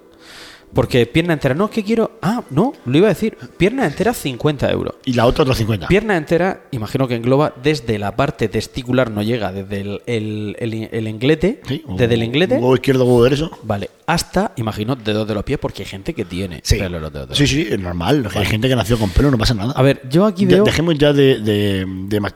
Speaker 8: Porque pierna entera, no, es que quiero. Ah, no, lo iba a decir. Pierna entera, 50 euros.
Speaker 7: Y la otra, otros 50.
Speaker 8: Pierna entera, imagino que engloba desde la parte testicular, no llega, desde el, el- el- el englete,
Speaker 7: Sí, o-
Speaker 8: desde el englete,
Speaker 7: Huevo izquierdo, huevo derecho.
Speaker 8: vale, hasta, imagino, dedos de los pies, porque hay gente que tiene
Speaker 7: Sí.
Speaker 8: pelo en los dedos de los
Speaker 7: sí,
Speaker 8: pies.
Speaker 7: sí, es normal. Hay gente que nació con pelo, no pasa nada.
Speaker 8: A ver, yo aquí
Speaker 7: Ya-
Speaker 8: veo.
Speaker 7: dejemos ya de, de- de ma-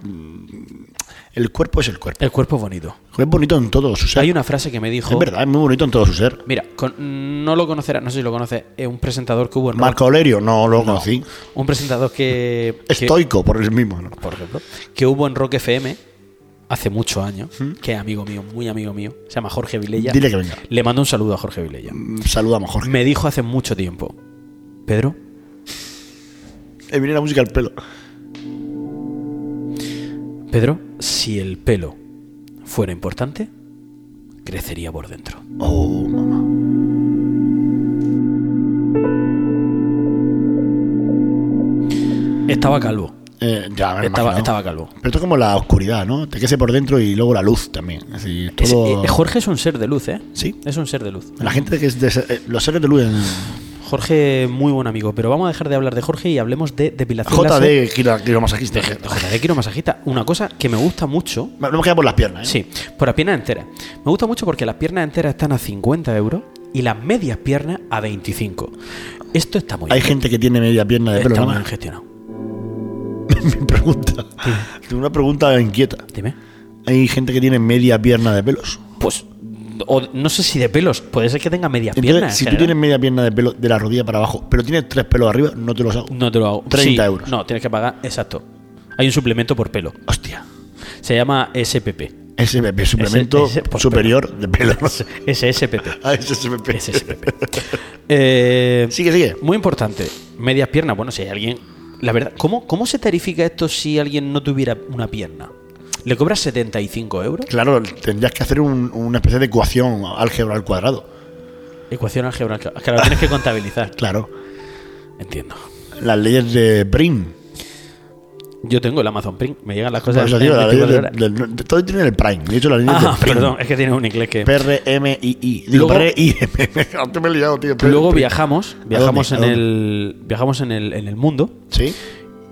Speaker 7: El cuerpo es el cuerpo.
Speaker 8: El cuerpo es bonito.
Speaker 7: Es bonito en todo su ser.
Speaker 8: Hay una frase que me dijo.
Speaker 7: Es verdad, es muy bonito en todo su ser.
Speaker 8: Mira, con- no lo conocerás, no sé si lo conoces, es un presentador que hubo en
Speaker 7: Marco Aurelio, no lo conocí.
Speaker 8: Rock- un presentador que, que-
Speaker 7: Estoico, por el mismo. ¿no?
Speaker 8: por ejemplo, que hubo en Rock FM hace muchos años, que es amigo mío, muy amigo mío, se llama Jorge Vilella.
Speaker 7: Dile que venga.
Speaker 8: Le mando un saludo a Jorge Vilella.
Speaker 7: Mm, Saludamos, Jorge.
Speaker 8: Me dijo hace mucho tiempo, Pedro,
Speaker 7: Eh, viene la música al pelo.
Speaker 8: Pedro, si el pelo fuera importante, crecería por dentro.
Speaker 7: Oh, mamá.
Speaker 8: Estaba calvo,
Speaker 7: Eh, ya, me lo
Speaker 8: estaba,
Speaker 7: imaginaba.
Speaker 8: estaba calvo.
Speaker 7: Pero esto es como la oscuridad, ¿no? Te crece por dentro y luego la luz también. Es decir,
Speaker 8: Es-
Speaker 7: todo-
Speaker 8: eh, Jorge es un ser de luz, ¿eh?
Speaker 7: Sí.
Speaker 8: Es un ser de luz.
Speaker 7: La gente que es de ser- eh, los seres de luz en
Speaker 8: Jorge, muy buen amigo, pero vamos a dejar de hablar de Jorge y hablemos de depilación láser.
Speaker 7: JD, quiero, quiero masajista.
Speaker 8: De JD quiero masajista. Una cosa que me gusta mucho,
Speaker 7: No me queda por las piernas, ¿eh?
Speaker 8: sí, por las piernas enteras. Me gusta mucho porque las piernas enteras están a 50 euros y las medias piernas a 25. Esto está muy
Speaker 7: Hay
Speaker 8: bien.
Speaker 7: gente que tiene media pierna de pelo,
Speaker 8: está
Speaker 7: ¿no?
Speaker 8: muy bien gestionado.
Speaker 7: Mi pregunta. Tengo una pregunta inquieta.
Speaker 8: Dime.
Speaker 7: Hay gente que tiene media pierna de pelos.
Speaker 8: Pues, o- no sé si de pelos, puede ser que tenga medias
Speaker 7: Entonces,
Speaker 8: piernas. en
Speaker 7: si tú
Speaker 8: general.
Speaker 7: tienes media pierna de pelo de la rodilla para abajo, pero tienes tres pelos arriba, no te los hago.
Speaker 8: No te lo hago.
Speaker 7: 30
Speaker 8: Sí,
Speaker 7: euros.
Speaker 8: No, tienes que pagar, exacto. Hay un suplemento por pelo.
Speaker 7: Hostia.
Speaker 8: Se llama SPP.
Speaker 7: SPP, suplemento
Speaker 8: ese pues, por
Speaker 7: superior de pelos.
Speaker 8: SSPP.
Speaker 7: Ah, SSPP.
Speaker 8: SSPP. Eh,
Speaker 7: Sigue, sigue.
Speaker 8: Muy importante. Medias piernas. Bueno, si hay alguien. La verdad, ¿cómo, ¿cómo se tarifica esto si alguien no tuviera una pierna? ¿Le cobras 75 euros?
Speaker 7: Claro, tendrías que hacer un- una especie de ecuación álgebra al cuadrado.
Speaker 8: Ecuación algebraica. Claro, tienes que contabilizar.
Speaker 7: Claro.
Speaker 8: Entiendo.
Speaker 7: Las leyes de Brin.
Speaker 8: Yo tengo el Amazon Print. Me llegan las
Speaker 7: Por
Speaker 8: cosas.
Speaker 7: eso
Speaker 8: en
Speaker 7: digo, las
Speaker 8: 24
Speaker 7: leyes
Speaker 8: horas.
Speaker 7: del- del- todo tiene el Prime. De hecho, las leyes
Speaker 8: Ah,
Speaker 7: del Prime.
Speaker 8: perdón, es que tiene un inglés que.
Speaker 7: PRMII. Digo,
Speaker 8: Luego-
Speaker 7: PRIM. Antes me he liado, tío.
Speaker 8: Luego
Speaker 7: PRIM.
Speaker 8: viajamos, viajamos
Speaker 7: ¿A
Speaker 8: en
Speaker 7: dónde?
Speaker 8: el. Viajamos en el, en el mundo
Speaker 7: Sí.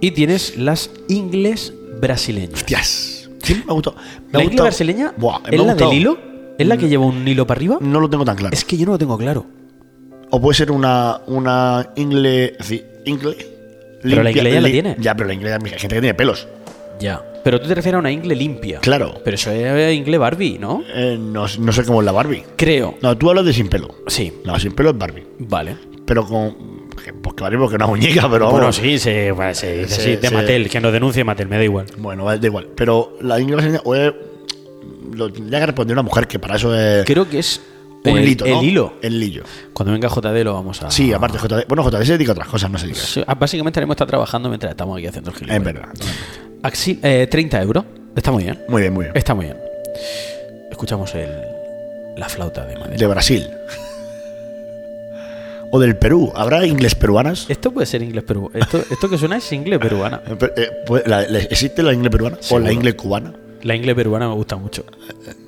Speaker 8: y tienes las ingles brasileñas.
Speaker 7: Hostias. Sí, me ha gustado. Me ha
Speaker 8: La ingle
Speaker 7: gustado.
Speaker 8: brasileña
Speaker 7: Buah, me
Speaker 8: es
Speaker 7: ha
Speaker 8: la
Speaker 7: gustado. Mm.
Speaker 8: del hilo, es la que lleva un hilo para arriba.
Speaker 7: No lo tengo tan claro.
Speaker 8: Es que yo no lo tengo claro.
Speaker 7: O puede ser una, una ingle. sí, ingle.
Speaker 8: Pero la ingle ya la
Speaker 7: li-
Speaker 8: tiene.
Speaker 7: Ya, pero la ingle ya hay gente que tiene pelos.
Speaker 8: Ya. Pero tú te refieres a una ingle limpia.
Speaker 7: Claro.
Speaker 8: Pero eso era ingle Barbie, ¿no?
Speaker 7: Eh, no, no sé cómo es la Barbie.
Speaker 8: Creo.
Speaker 7: No, tú hablas de sin pelo.
Speaker 8: Sí.
Speaker 7: No, sin pelo es Barbie.
Speaker 8: Vale.
Speaker 7: Pero con. que- Pues que Barbie porque es una muñeca, pero
Speaker 8: Bueno,
Speaker 7: vamos.
Speaker 8: sí, se, bueno, se dice
Speaker 7: Sí,
Speaker 8: así, de
Speaker 7: sí.
Speaker 8: Mattel, que nos denuncie Mattel, me da igual.
Speaker 7: Bueno, da igual. Pero la ingle brasileña. O es, lo tendría que responder una mujer, que para eso es.
Speaker 8: Creo que es
Speaker 7: un
Speaker 8: Pues el,
Speaker 7: hilito, ¿no?
Speaker 8: el hilo.
Speaker 7: El hilo.
Speaker 8: Cuando venga JD lo vamos a.
Speaker 7: Sí, aparte, JD. Bueno, JD se dedica a otras cosas, no se dedica. a eso.
Speaker 8: Sí, ah, Básicamente haremos estar trabajando mientras estamos aquí haciendo el gilipollas.
Speaker 7: Es verdad.
Speaker 8: Axi- eh, 30 euros. Está muy bien.
Speaker 7: Muy bien, muy bien.
Speaker 8: Está muy bien. Escuchamos el. La flauta de madera.
Speaker 7: de Brasil. O del Perú. ¿Habrá inglés peruanas?
Speaker 8: Esto puede ser inglés peruano. Esto, esto que suena es inglés peruana.
Speaker 7: Eh, pe- eh, pues, la- la- ¿Existe la inglés peruana? ¿O
Speaker 8: Seguro.
Speaker 7: la inglés cubana?
Speaker 8: La inglés peruana me gusta mucho.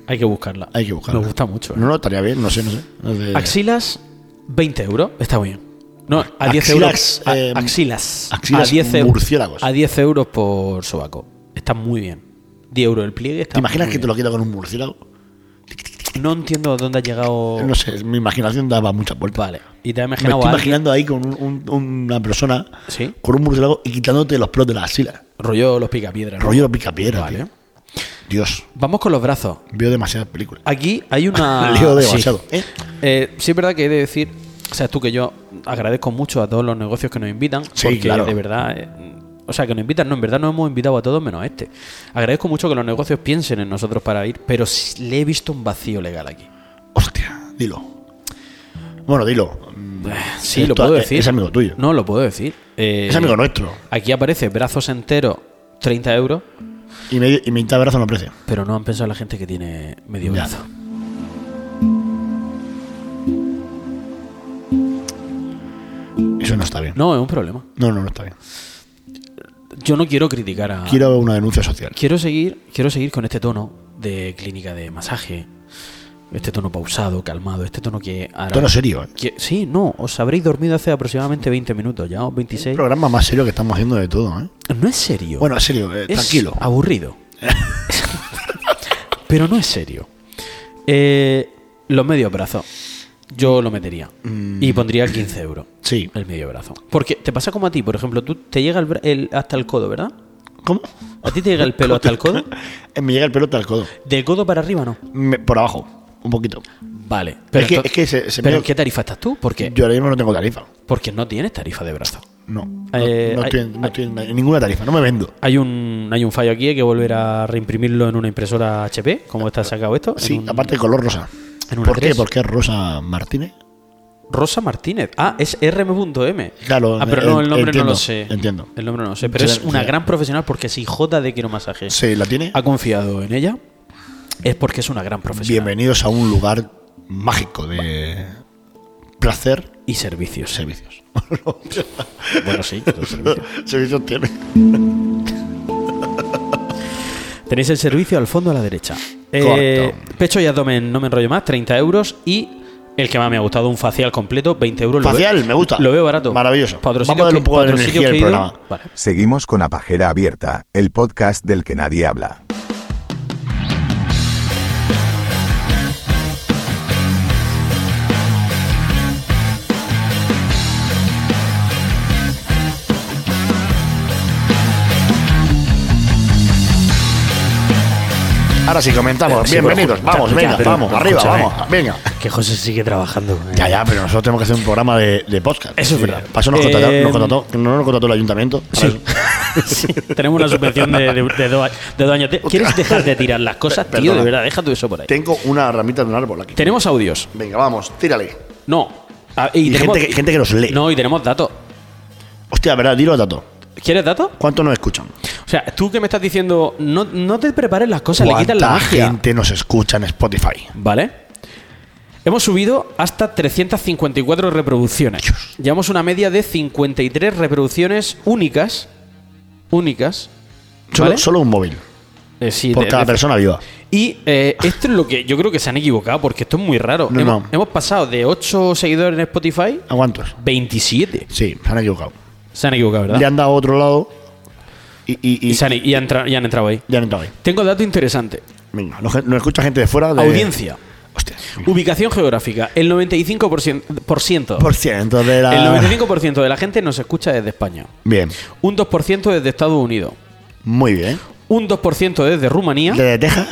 Speaker 8: Hay que buscarla.
Speaker 7: Hay que buscarla.
Speaker 8: Me gusta mucho. ¿eh? Ah,
Speaker 7: No, eh. no, estaría bien, no sé, no sé. No sé.
Speaker 8: Axilas, 20 euros. Está muy bien. No, a 10
Speaker 7: Axilas,
Speaker 8: euros. a-
Speaker 7: eh,
Speaker 8: axilas.
Speaker 7: axilas
Speaker 8: a 10 euros.
Speaker 7: murciélagos.
Speaker 8: A 10 euros por sobaco. Está muy bien. 10 euros el pliegue. Está
Speaker 7: ¿Te imaginas
Speaker 8: muy
Speaker 7: que te
Speaker 8: bien.
Speaker 7: lo quita con un murciélago?
Speaker 8: No entiendo dónde ha llegado.
Speaker 7: No sé, mi imaginación daba mucha vuelta.
Speaker 8: Oh. Vale. Y te has
Speaker 7: Me
Speaker 8: imaginado
Speaker 7: estoy
Speaker 8: a alguien-
Speaker 7: imaginando ahí con un- un- una persona
Speaker 8: Sí.
Speaker 7: con un murciélago y quitándote los pelos de las axilas.
Speaker 8: Rollo los picapiedras. ¿no?
Speaker 7: Rollo los picapiedras,
Speaker 8: Vale.
Speaker 7: tío. Dios,
Speaker 8: Vamos con los brazos.
Speaker 7: veo demasiadas películas.
Speaker 8: Aquí hay una.
Speaker 7: Leo
Speaker 8: Sí.
Speaker 7: demasiado. ¿eh?
Speaker 8: Eh, sí, es verdad que he de decir, o sea, tú que yo agradezco mucho a todos los negocios que nos invitan,
Speaker 7: Sí,
Speaker 8: porque
Speaker 7: claro.
Speaker 8: de verdad, eh, o sea, que nos invitan, no, en verdad no hemos invitado a todos menos a este. Agradezco mucho que los negocios piensen en nosotros para ir, pero sí le he visto un vacío legal aquí.
Speaker 7: Hostia, dilo. Bueno, dilo. Mm,
Speaker 8: Sí,
Speaker 7: esto
Speaker 8: lo puedo
Speaker 7: es-
Speaker 8: decir.
Speaker 7: Es amigo tuyo.
Speaker 8: No, lo puedo decir. Eh,
Speaker 7: Es amigo nuestro.
Speaker 8: Aquí aparece brazos enteros, 30 euros,
Speaker 7: Y, medio, y mitad brazo no aprecia.
Speaker 8: pero no han pensado la gente que tiene medio
Speaker 7: Ya.
Speaker 8: brazo.
Speaker 7: Eso no está bien.
Speaker 8: No, es un problema.
Speaker 7: No, no, no está bien.
Speaker 8: Yo no quiero criticar a,
Speaker 7: Quiero una denuncia social.
Speaker 8: Quiero seguir, quiero seguir con este tono de clínica de masaje. Este tono pausado, calmado, este tono que ahora...
Speaker 7: Todo serio. ¿eh?
Speaker 8: que- sí, no, os habréis dormido hace aproximadamente 20 minutos, ya, o
Speaker 7: El
Speaker 8: 26.
Speaker 7: programa más serio que estamos haciendo de todo. ¿eh?
Speaker 8: No es serio.
Speaker 7: Bueno, serio, eh,
Speaker 8: es
Speaker 7: tranquilo.
Speaker 8: aburrido. Pero no es serio. Eh, los medios brazos. Yo lo metería.
Speaker 7: Mm.
Speaker 8: Y pondría 15 euros.
Speaker 7: Sí.
Speaker 8: El medio brazo. Porque te pasa como a ti, por ejemplo, tú te llega el bra- el- hasta el codo, ¿verdad?
Speaker 7: ¿Cómo?
Speaker 8: ¿A ti te llega el pelo hasta el codo?
Speaker 7: Eh, Me llega el pelo hasta el codo.
Speaker 8: De codo para arriba no.
Speaker 7: Me- por abajo, un poquito.
Speaker 8: Vale. Pero,
Speaker 7: Es que-
Speaker 8: ento-
Speaker 7: es que se- se
Speaker 8: ¿pero
Speaker 7: me-
Speaker 8: en qué tarifa estás tú? Porque,
Speaker 7: Yo ahora mismo no tengo tarifa.
Speaker 8: porque no tienes tarifa de brazo.
Speaker 7: No. No,
Speaker 8: Eh,
Speaker 7: no
Speaker 8: hay-
Speaker 7: estoy, en, no estoy en- en ninguna tarifa, no me vendo.
Speaker 8: Hay un, hay un fallo aquí, hay que volver a reimprimirlo en una impresora HP, como está sacado esto. en
Speaker 7: Sí,
Speaker 8: un-
Speaker 7: aparte de color rosa.
Speaker 8: en una
Speaker 7: ¿Por qué?
Speaker 8: tres.
Speaker 7: Porque es Rosa Martínez.
Speaker 8: Rosa Martínez. Ah, es rm.m.
Speaker 7: Claro,
Speaker 8: ah, pero no,
Speaker 7: en-
Speaker 8: el nombre no
Speaker 7: entiendo,
Speaker 8: lo sé.
Speaker 7: entiendo.
Speaker 8: El nombre no lo sé, pero
Speaker 7: Sí,
Speaker 8: es una
Speaker 7: sí.
Speaker 8: gran profesional porque si J de quiromasaje
Speaker 7: Sí, la tiene.
Speaker 8: ha confiado en ella, es porque es una gran profesional.
Speaker 7: Bienvenidos a un lugar mágico de placer,
Speaker 8: Y servicios.
Speaker 7: servicios.
Speaker 8: Bueno, sí, los servicios.
Speaker 7: servicios tiene.
Speaker 8: Tenéis el servicio al fondo a la derecha. Eh,
Speaker 7: Correcto.
Speaker 8: pecho y abdomen, no me enrollo más, 30 euros. Y el que más me ha gustado, un facial completo, 20 euros. Lo
Speaker 7: Facial,
Speaker 8: veo-
Speaker 7: me gusta.
Speaker 8: Lo veo barato.
Speaker 7: Maravilloso.
Speaker 8: Para otros
Speaker 7: Vamos a darle un
Speaker 8: sitios que-
Speaker 7: poco de
Speaker 8: para otros
Speaker 7: energía
Speaker 8: sitios que
Speaker 7: al
Speaker 8: he ido-
Speaker 7: programa.
Speaker 8: Vale.
Speaker 9: Seguimos con la pajera abierta, el podcast del que nadie habla.
Speaker 7: Ahora sí, comentamos.
Speaker 8: Sí,
Speaker 7: Bienvenidos.
Speaker 8: pero-
Speaker 7: vamos,
Speaker 8: ya,
Speaker 7: venga,
Speaker 8: pero-
Speaker 7: vamos, arriba,
Speaker 8: escúchame.
Speaker 7: vamos, venga.
Speaker 8: Que José sigue trabajando. eh.
Speaker 7: Ya, ya, pero nosotros tenemos que hacer un programa de, de podcast.
Speaker 8: Eso es verdad.
Speaker 7: Para eso nos contrató,
Speaker 8: Eh,
Speaker 7: nos contrató- no nos contrató el ayuntamiento. para
Speaker 8: Sí.
Speaker 7: eso.
Speaker 8: Sí, Tenemos una subvención de, de, de dos a- de dos años. Te- ¿Quieres dejar de tirar las cosas, tío?
Speaker 7: Perdona.
Speaker 8: De verdad, deja tú eso por ahí.
Speaker 7: Tengo una ramita de un árbol aquí.
Speaker 8: Tenemos audios.
Speaker 7: Venga, vamos, tírale.
Speaker 8: No. Ah, y
Speaker 7: Y
Speaker 8: tenemos-
Speaker 7: gente que- gente que los lee.
Speaker 8: No, y tenemos datos.
Speaker 7: Hostia, verdad, dilo dato.
Speaker 8: ¿Quieres datos?
Speaker 7: ¿Cuántos nos escuchan?
Speaker 8: O sea, tú que me estás diciendo, no, no te prepares las cosas, le quitas la
Speaker 7: ¿Cuánta
Speaker 8: magia.
Speaker 7: gente nos escucha en Spotify?
Speaker 8: ¿Vale? Hemos subido hasta 354 reproducciones. Llevamos una media de 53 reproducciones únicas. Únicas.
Speaker 7: Solo,
Speaker 8: ¿vale?
Speaker 7: solo un móvil.
Speaker 8: Eh, sí,
Speaker 7: Por
Speaker 8: de-
Speaker 7: cada
Speaker 8: de-
Speaker 7: persona viva.
Speaker 8: Y eh, esto es lo que yo creo que se han equivocado, porque esto es muy raro.
Speaker 7: No,
Speaker 8: hemos,
Speaker 7: no.
Speaker 8: hemos pasado de 8 seguidores en Spotify
Speaker 7: ¿A cuántos?
Speaker 8: 27.
Speaker 7: Sí, se han equivocado.
Speaker 8: Se han equivocado, ¿verdad?
Speaker 7: Le han dado a otro lado y, y, y-
Speaker 8: Ah. y, se han, e- y han entra- y han entrado ahí.
Speaker 7: ya han entrado ahí.
Speaker 8: Tengo dato interesante.
Speaker 7: Venga, nos, nos escucha gente de fuera. De,
Speaker 8: Audiencia.
Speaker 7: Hostia.
Speaker 8: Ubicación geográfica. El 95%, por ciento-
Speaker 7: Por ciento de la.
Speaker 8: el 95% de la gente nos escucha desde España.
Speaker 7: Bien.
Speaker 8: Un 2% desde Estados Unidos.
Speaker 7: Muy bien.
Speaker 8: Un 2% desde Rumanía.
Speaker 7: ¿Desde Texas?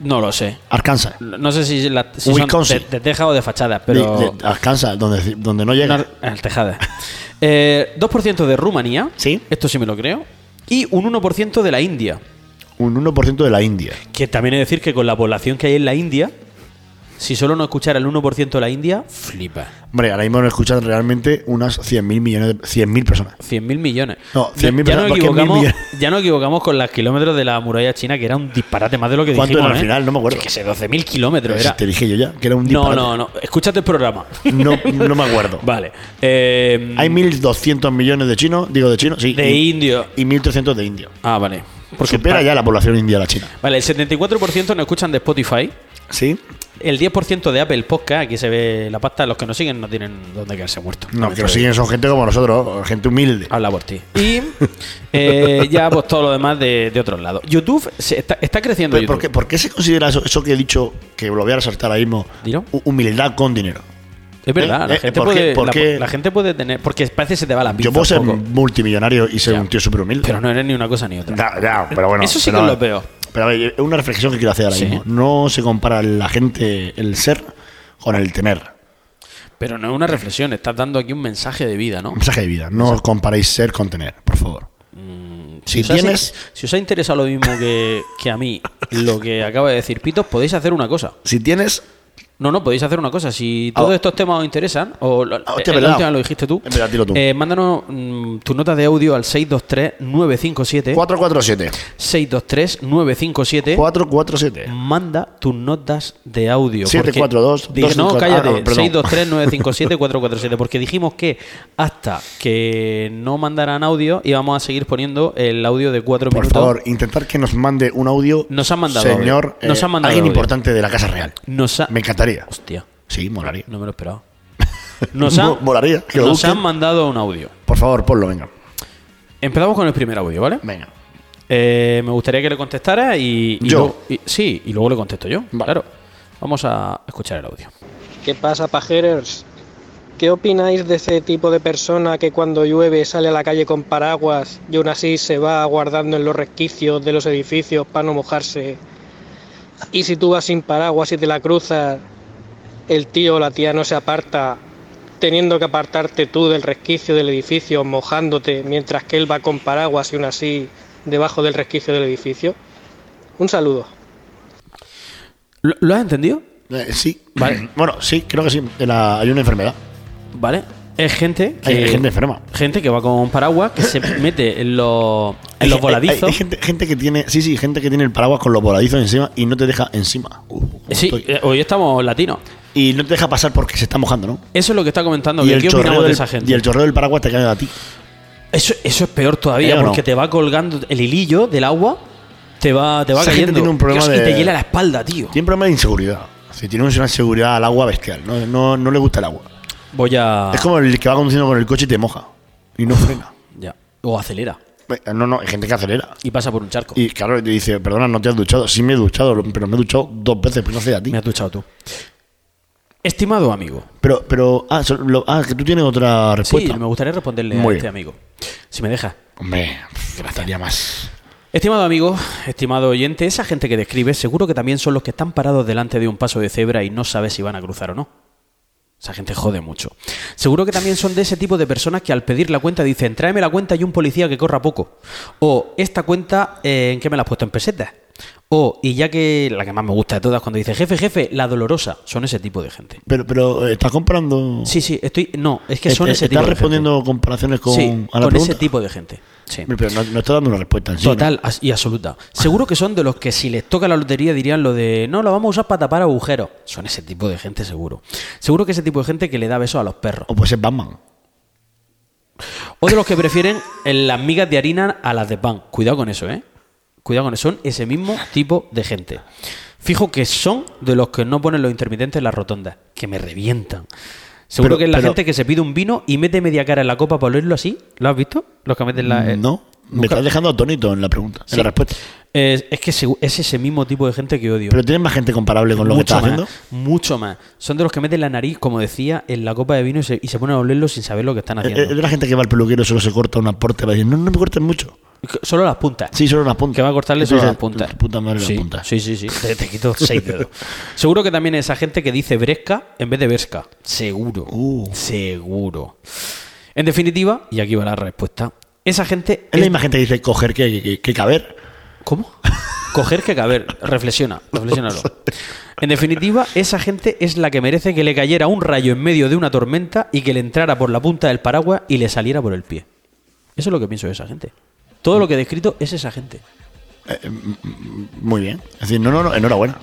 Speaker 8: No lo sé.
Speaker 7: Arkansas.
Speaker 8: No no sé si, la, si son
Speaker 7: Wisconsin.
Speaker 8: de, de teja o de fachada, pero.
Speaker 7: De- de Arkansas, donde, donde no llega.
Speaker 8: No, eh, tejada. Eh, 2% de Rumanía.
Speaker 7: Sí.
Speaker 8: Esto sí me lo creo. Y un 1% de la India.
Speaker 7: Un 1% de la India.
Speaker 8: Que también es decir que con la población que hay en la India, Si solo no escuchara el 1% de la India, flipa.
Speaker 7: Hombre, ahora mismo lo escuchan realmente unas 100.000 millones de 100.000 personas.
Speaker 8: 100.000 millones.
Speaker 7: No, 100.000
Speaker 8: ya, ya
Speaker 7: personas,
Speaker 8: nos
Speaker 7: porque mil
Speaker 8: equivocamos,
Speaker 7: millones.
Speaker 8: ya nos equivocamos con los kilómetros de la muralla china, que era un disparate más de lo que
Speaker 7: ¿Cuánto
Speaker 8: dijimos.
Speaker 7: era al
Speaker 8: ¿eh?
Speaker 7: final? No me acuerdo.
Speaker 8: Yo Que sé, 12.000 kilómetros
Speaker 7: Si
Speaker 8: era.
Speaker 7: Te dije yo ya, que era un
Speaker 8: No,
Speaker 7: disparate.
Speaker 8: no, no. Escúchate el programa.
Speaker 7: No, no me acuerdo.
Speaker 8: vale. Eh,
Speaker 7: Hay 1.200 millones de chinos, digo de chinos, sí.
Speaker 8: De
Speaker 7: y,
Speaker 8: indio.
Speaker 7: y 1.300 de indios.
Speaker 8: Ah, vale. Porque
Speaker 7: Supera
Speaker 8: pa-
Speaker 7: ya la población india a la China.
Speaker 8: Vale, el 74% nos escuchan de Spotify.
Speaker 7: ¿Sí?
Speaker 8: El 10% de Apple Podcast, aquí se ve la pasta, los que nos siguen no tienen dónde quedarse muertos.
Speaker 7: No, que los siguen son gente como nosotros, gente humilde.
Speaker 8: Habla por ti. Y eh, ya pues todo lo demás de, de otros lados. YouTube se está, está creciendo.
Speaker 7: Pero, ¿por,
Speaker 8: YouTube.
Speaker 7: qué, por qué se considera eso, eso que he dicho, que lo voy a resaltar ahora mismo,
Speaker 8: Dilo.
Speaker 7: hu- humildad con dinero?
Speaker 8: Es verdad,
Speaker 7: Eh,
Speaker 8: la,
Speaker 7: eh,
Speaker 8: gente
Speaker 7: ¿por qué-
Speaker 8: puede,
Speaker 7: por
Speaker 8: la-
Speaker 7: qué?
Speaker 8: la gente puede tener... Porque parece que se te va la pinza
Speaker 7: Yo puedo
Speaker 8: un
Speaker 7: ser
Speaker 8: poco,
Speaker 7: multimillonario y ser
Speaker 8: Ya.
Speaker 7: un tío súper humilde.
Speaker 8: Pero no eres ni una cosa ni otra.
Speaker 7: Ya, ya, pero bueno.
Speaker 8: Eso sí
Speaker 7: pero-
Speaker 8: que lo veo.
Speaker 7: Pero a ver, es una reflexión que quiero hacer ahora
Speaker 8: Sí.
Speaker 7: mismo. No se compara la gente, el ser, con el tener.
Speaker 8: Pero no es una reflexión, estás dando aquí un mensaje de vida, ¿no?
Speaker 7: Un mensaje de vida. No os comparéis ser con tener, por favor. si
Speaker 8: os ha-
Speaker 7: tienes,
Speaker 8: si os ha interesado lo mismo que, que a mí, lo que acaba de decir Pitos, podéis hacer una cosa.
Speaker 7: si tienes.
Speaker 8: No, no, podéis hacer una cosa. Si todos
Speaker 7: Ah.
Speaker 8: estos temas os interesan, o lo-
Speaker 7: Ah, hostia,
Speaker 8: eh,
Speaker 7: verdad.
Speaker 8: la última lo dijiste tú,
Speaker 7: Es verdad, dilo tú.
Speaker 8: eh, mándanos mm, tu nota de audio al 623-957.
Speaker 7: 447.
Speaker 8: 623-957.
Speaker 7: 447.
Speaker 8: Manda tus notas de audio.
Speaker 7: 742,
Speaker 8: porque- Digo, No,
Speaker 7: 254,
Speaker 8: cállate.
Speaker 7: ah, no, perdón.
Speaker 8: 623-957-447. Porque dijimos que hasta que no mandaran audio íbamos a seguir poniendo el audio de 4
Speaker 7: Por
Speaker 8: minutos.
Speaker 7: favor, intentar que nos mande un audio.
Speaker 8: Nos han mandado
Speaker 7: Señor, eh,
Speaker 8: audio. Nos han mandado
Speaker 7: alguien
Speaker 8: audio.
Speaker 7: importante de la Casa Real.
Speaker 8: Nos ha-
Speaker 7: Me encantaría.
Speaker 8: Hostia,
Speaker 7: Sí, molaría.
Speaker 8: no me lo esperaba. Nos, han-
Speaker 7: Mo- molaría que lo
Speaker 8: nos
Speaker 7: busquen.
Speaker 8: han mandado un audio.
Speaker 7: Por favor, ponlo, venga.
Speaker 8: Empezamos con el primer audio, ¿vale?
Speaker 7: Venga.
Speaker 8: Eh, me gustaría que le contestara y, y
Speaker 7: Yo.
Speaker 8: luego- y- sí, y luego le contesto yo.
Speaker 7: Vale.
Speaker 8: Claro. Vamos a escuchar el audio.
Speaker 10: ¿Qué pasa, pajeros? ¿Qué opináis de ese tipo de persona que cuando llueve sale a la calle con paraguas y aún así se va guardando en los resquicios de los edificios para no mojarse? Y si tú vas sin paraguas y te la cruzas, el tío o la tía no se aparta, teniendo que apartarte tú del resquicio del edificio, mojándote, mientras que él va con paraguas y aún así debajo del resquicio del edificio. Un saludo.
Speaker 8: ¿Lo, lo has entendido?
Speaker 7: Eh, sí. Bueno, sí, creo que sí. De la- hay una enfermedad.
Speaker 8: ¿Vale? Es gente que.
Speaker 7: Hay gente enferma.
Speaker 8: gente que va con paraguas, que se mete en los, en
Speaker 7: Hay-
Speaker 8: los
Speaker 7: hay-
Speaker 8: voladizos.
Speaker 7: Hay, gente, gente que tiene. Sí, sí, gente que tiene el paraguas con los voladizos encima y no te deja encima. Uh, ¿cómo
Speaker 8: sí,
Speaker 7: estoy?
Speaker 8: eh, hoy estamos latinos.
Speaker 7: Y no te deja pasar porque se está mojando, ¿no?
Speaker 8: Eso es lo que está comentando. que ¿Qué
Speaker 7: chorreo
Speaker 8: opinamos de
Speaker 7: del-
Speaker 8: esa gente?
Speaker 7: y el chorreo del paraguas te cae a ti.
Speaker 8: Eso, eso es peor todavía,
Speaker 7: ¿Eh o no?
Speaker 8: porque te va colgando el hilillo del agua, te va, te va
Speaker 7: Esa gente
Speaker 8: cayendo.
Speaker 7: tiene un problema
Speaker 8: Dios, Y
Speaker 7: de-
Speaker 8: te hiela la espalda, tío.
Speaker 7: Tiene un problema de inseguridad. Si tiene una inseguridad al agua bestial. No, no, no le gusta el agua.
Speaker 8: Voy a.
Speaker 7: Es como el que va conduciendo con el coche y te moja. Y no frena. Eh,
Speaker 8: Ya. O acelera.
Speaker 7: No, no, hay gente que acelera.
Speaker 8: Y pasa por un charco.
Speaker 7: Y claro, te dice, perdona, no te has duchado. Sí me he duchado, pero me he duchado dos veces, pero no hace a ti.
Speaker 8: Me has duchado tú. Estimado amigo.
Speaker 7: Pero, pero, ah, so- lo- ah, que tú tienes otra
Speaker 8: Sí,
Speaker 7: respuesta.
Speaker 8: me gustaría responderle
Speaker 7: Muy
Speaker 8: a este
Speaker 7: bien.
Speaker 8: amigo. Si me deja.
Speaker 7: Hombre, bastaría más.
Speaker 8: Estimado amigo, estimado oyente, esa gente que describe seguro que también son los que están parados delante de un paso de cebra y no sabes si van a cruzar o no. Esa gente jode mucho. Seguro que también son de ese tipo de personas que al pedir la cuenta dicen, tráeme la cuenta y un policía que corra poco. O, esta cuenta, eh, ¿en qué me la has puesto? En pesetas. O, y ya que la que más me gusta de todas, cuando dice, jefe, jefe, la dolorosa. Son ese tipo de gente.
Speaker 7: Pero, pero, eh, ¿estás comparando?
Speaker 8: Sí, sí, estoy... No, es que
Speaker 7: Eh,
Speaker 8: son
Speaker 7: eh,
Speaker 8: ese tipo
Speaker 7: ¿Estás
Speaker 8: de gente.
Speaker 7: respondiendo comparaciones con,
Speaker 8: Sí,
Speaker 7: a la
Speaker 8: con
Speaker 7: pregunta?
Speaker 8: ese tipo de gente. Sí.
Speaker 7: Pero no, no estás dando una respuesta en sí. ¿no?
Speaker 8: Total as- y absoluta. Seguro que son de los que si les toca la lotería dirían lo de no, lo vamos a usar para tapar agujeros. Son ese tipo de gente seguro. Seguro que ese tipo de gente que le da besos a los perros.
Speaker 7: O puede ser Batman.
Speaker 8: O de los que prefieren en las migas de harina a las de pan. Cuidado con eso, ¿eh? Cuidado con eso. Son ese mismo tipo de gente. Fijo que son de los que no ponen los intermitentes en las rotondas, que me revientan. Seguro
Speaker 7: Pero-
Speaker 8: que es la
Speaker 7: pero-
Speaker 8: gente que se pide un vino y mete media cara en la copa para olerlo así. ¿Lo has visto? Los que meten la... eh,
Speaker 7: no, me
Speaker 8: nunca-
Speaker 7: estás dejando atónito en la pregunta,
Speaker 8: Sí.
Speaker 7: en la respuesta.
Speaker 8: Eh, es que segu- es ese mismo tipo de gente que odio.
Speaker 7: Pero tienes más gente comparable con lo que
Speaker 8: mucho
Speaker 7: estás
Speaker 8: más,
Speaker 7: haciendo.
Speaker 8: mucho más. Son de los que meten la nariz, como decía, en la copa de vino y se, y se ponen a olerlo sin saber lo que están
Speaker 7: Eh, eh, Es de
Speaker 8: haciendo.
Speaker 7: la gente que va al peluquero y solo se corta una porta para decir, no, no me cortes mucho.
Speaker 8: Solo las puntas.
Speaker 7: Sí, solo las puntas.
Speaker 8: Que va a cortarle
Speaker 7: Tú
Speaker 8: solo
Speaker 7: dices,
Speaker 8: las puntas.
Speaker 7: Puta madre,
Speaker 8: sí,
Speaker 7: las puntas.
Speaker 8: Sí, sí, sí. Te, te quito seis dedos. Seguro que también esa gente que dice bresca en vez de versca. Seguro.
Speaker 7: Uh.
Speaker 8: Seguro. En definitiva, y aquí va la respuesta. Esa gente
Speaker 7: Es la
Speaker 8: es-
Speaker 7: misma gente que dice coger que, que- que- que caber.
Speaker 8: ¿Cómo? Coger que caber. Reflexiona, reflexionalo. En definitiva, esa gente es la que merece que le cayera un rayo en medio de una tormenta y que le entrara por la punta del paraguas y le saliera por el pie. Eso es lo que pienso de esa gente. Todo lo que he descrito es esa gente.
Speaker 7: Muy bien. Es decir, no, no, no, enhorabuena.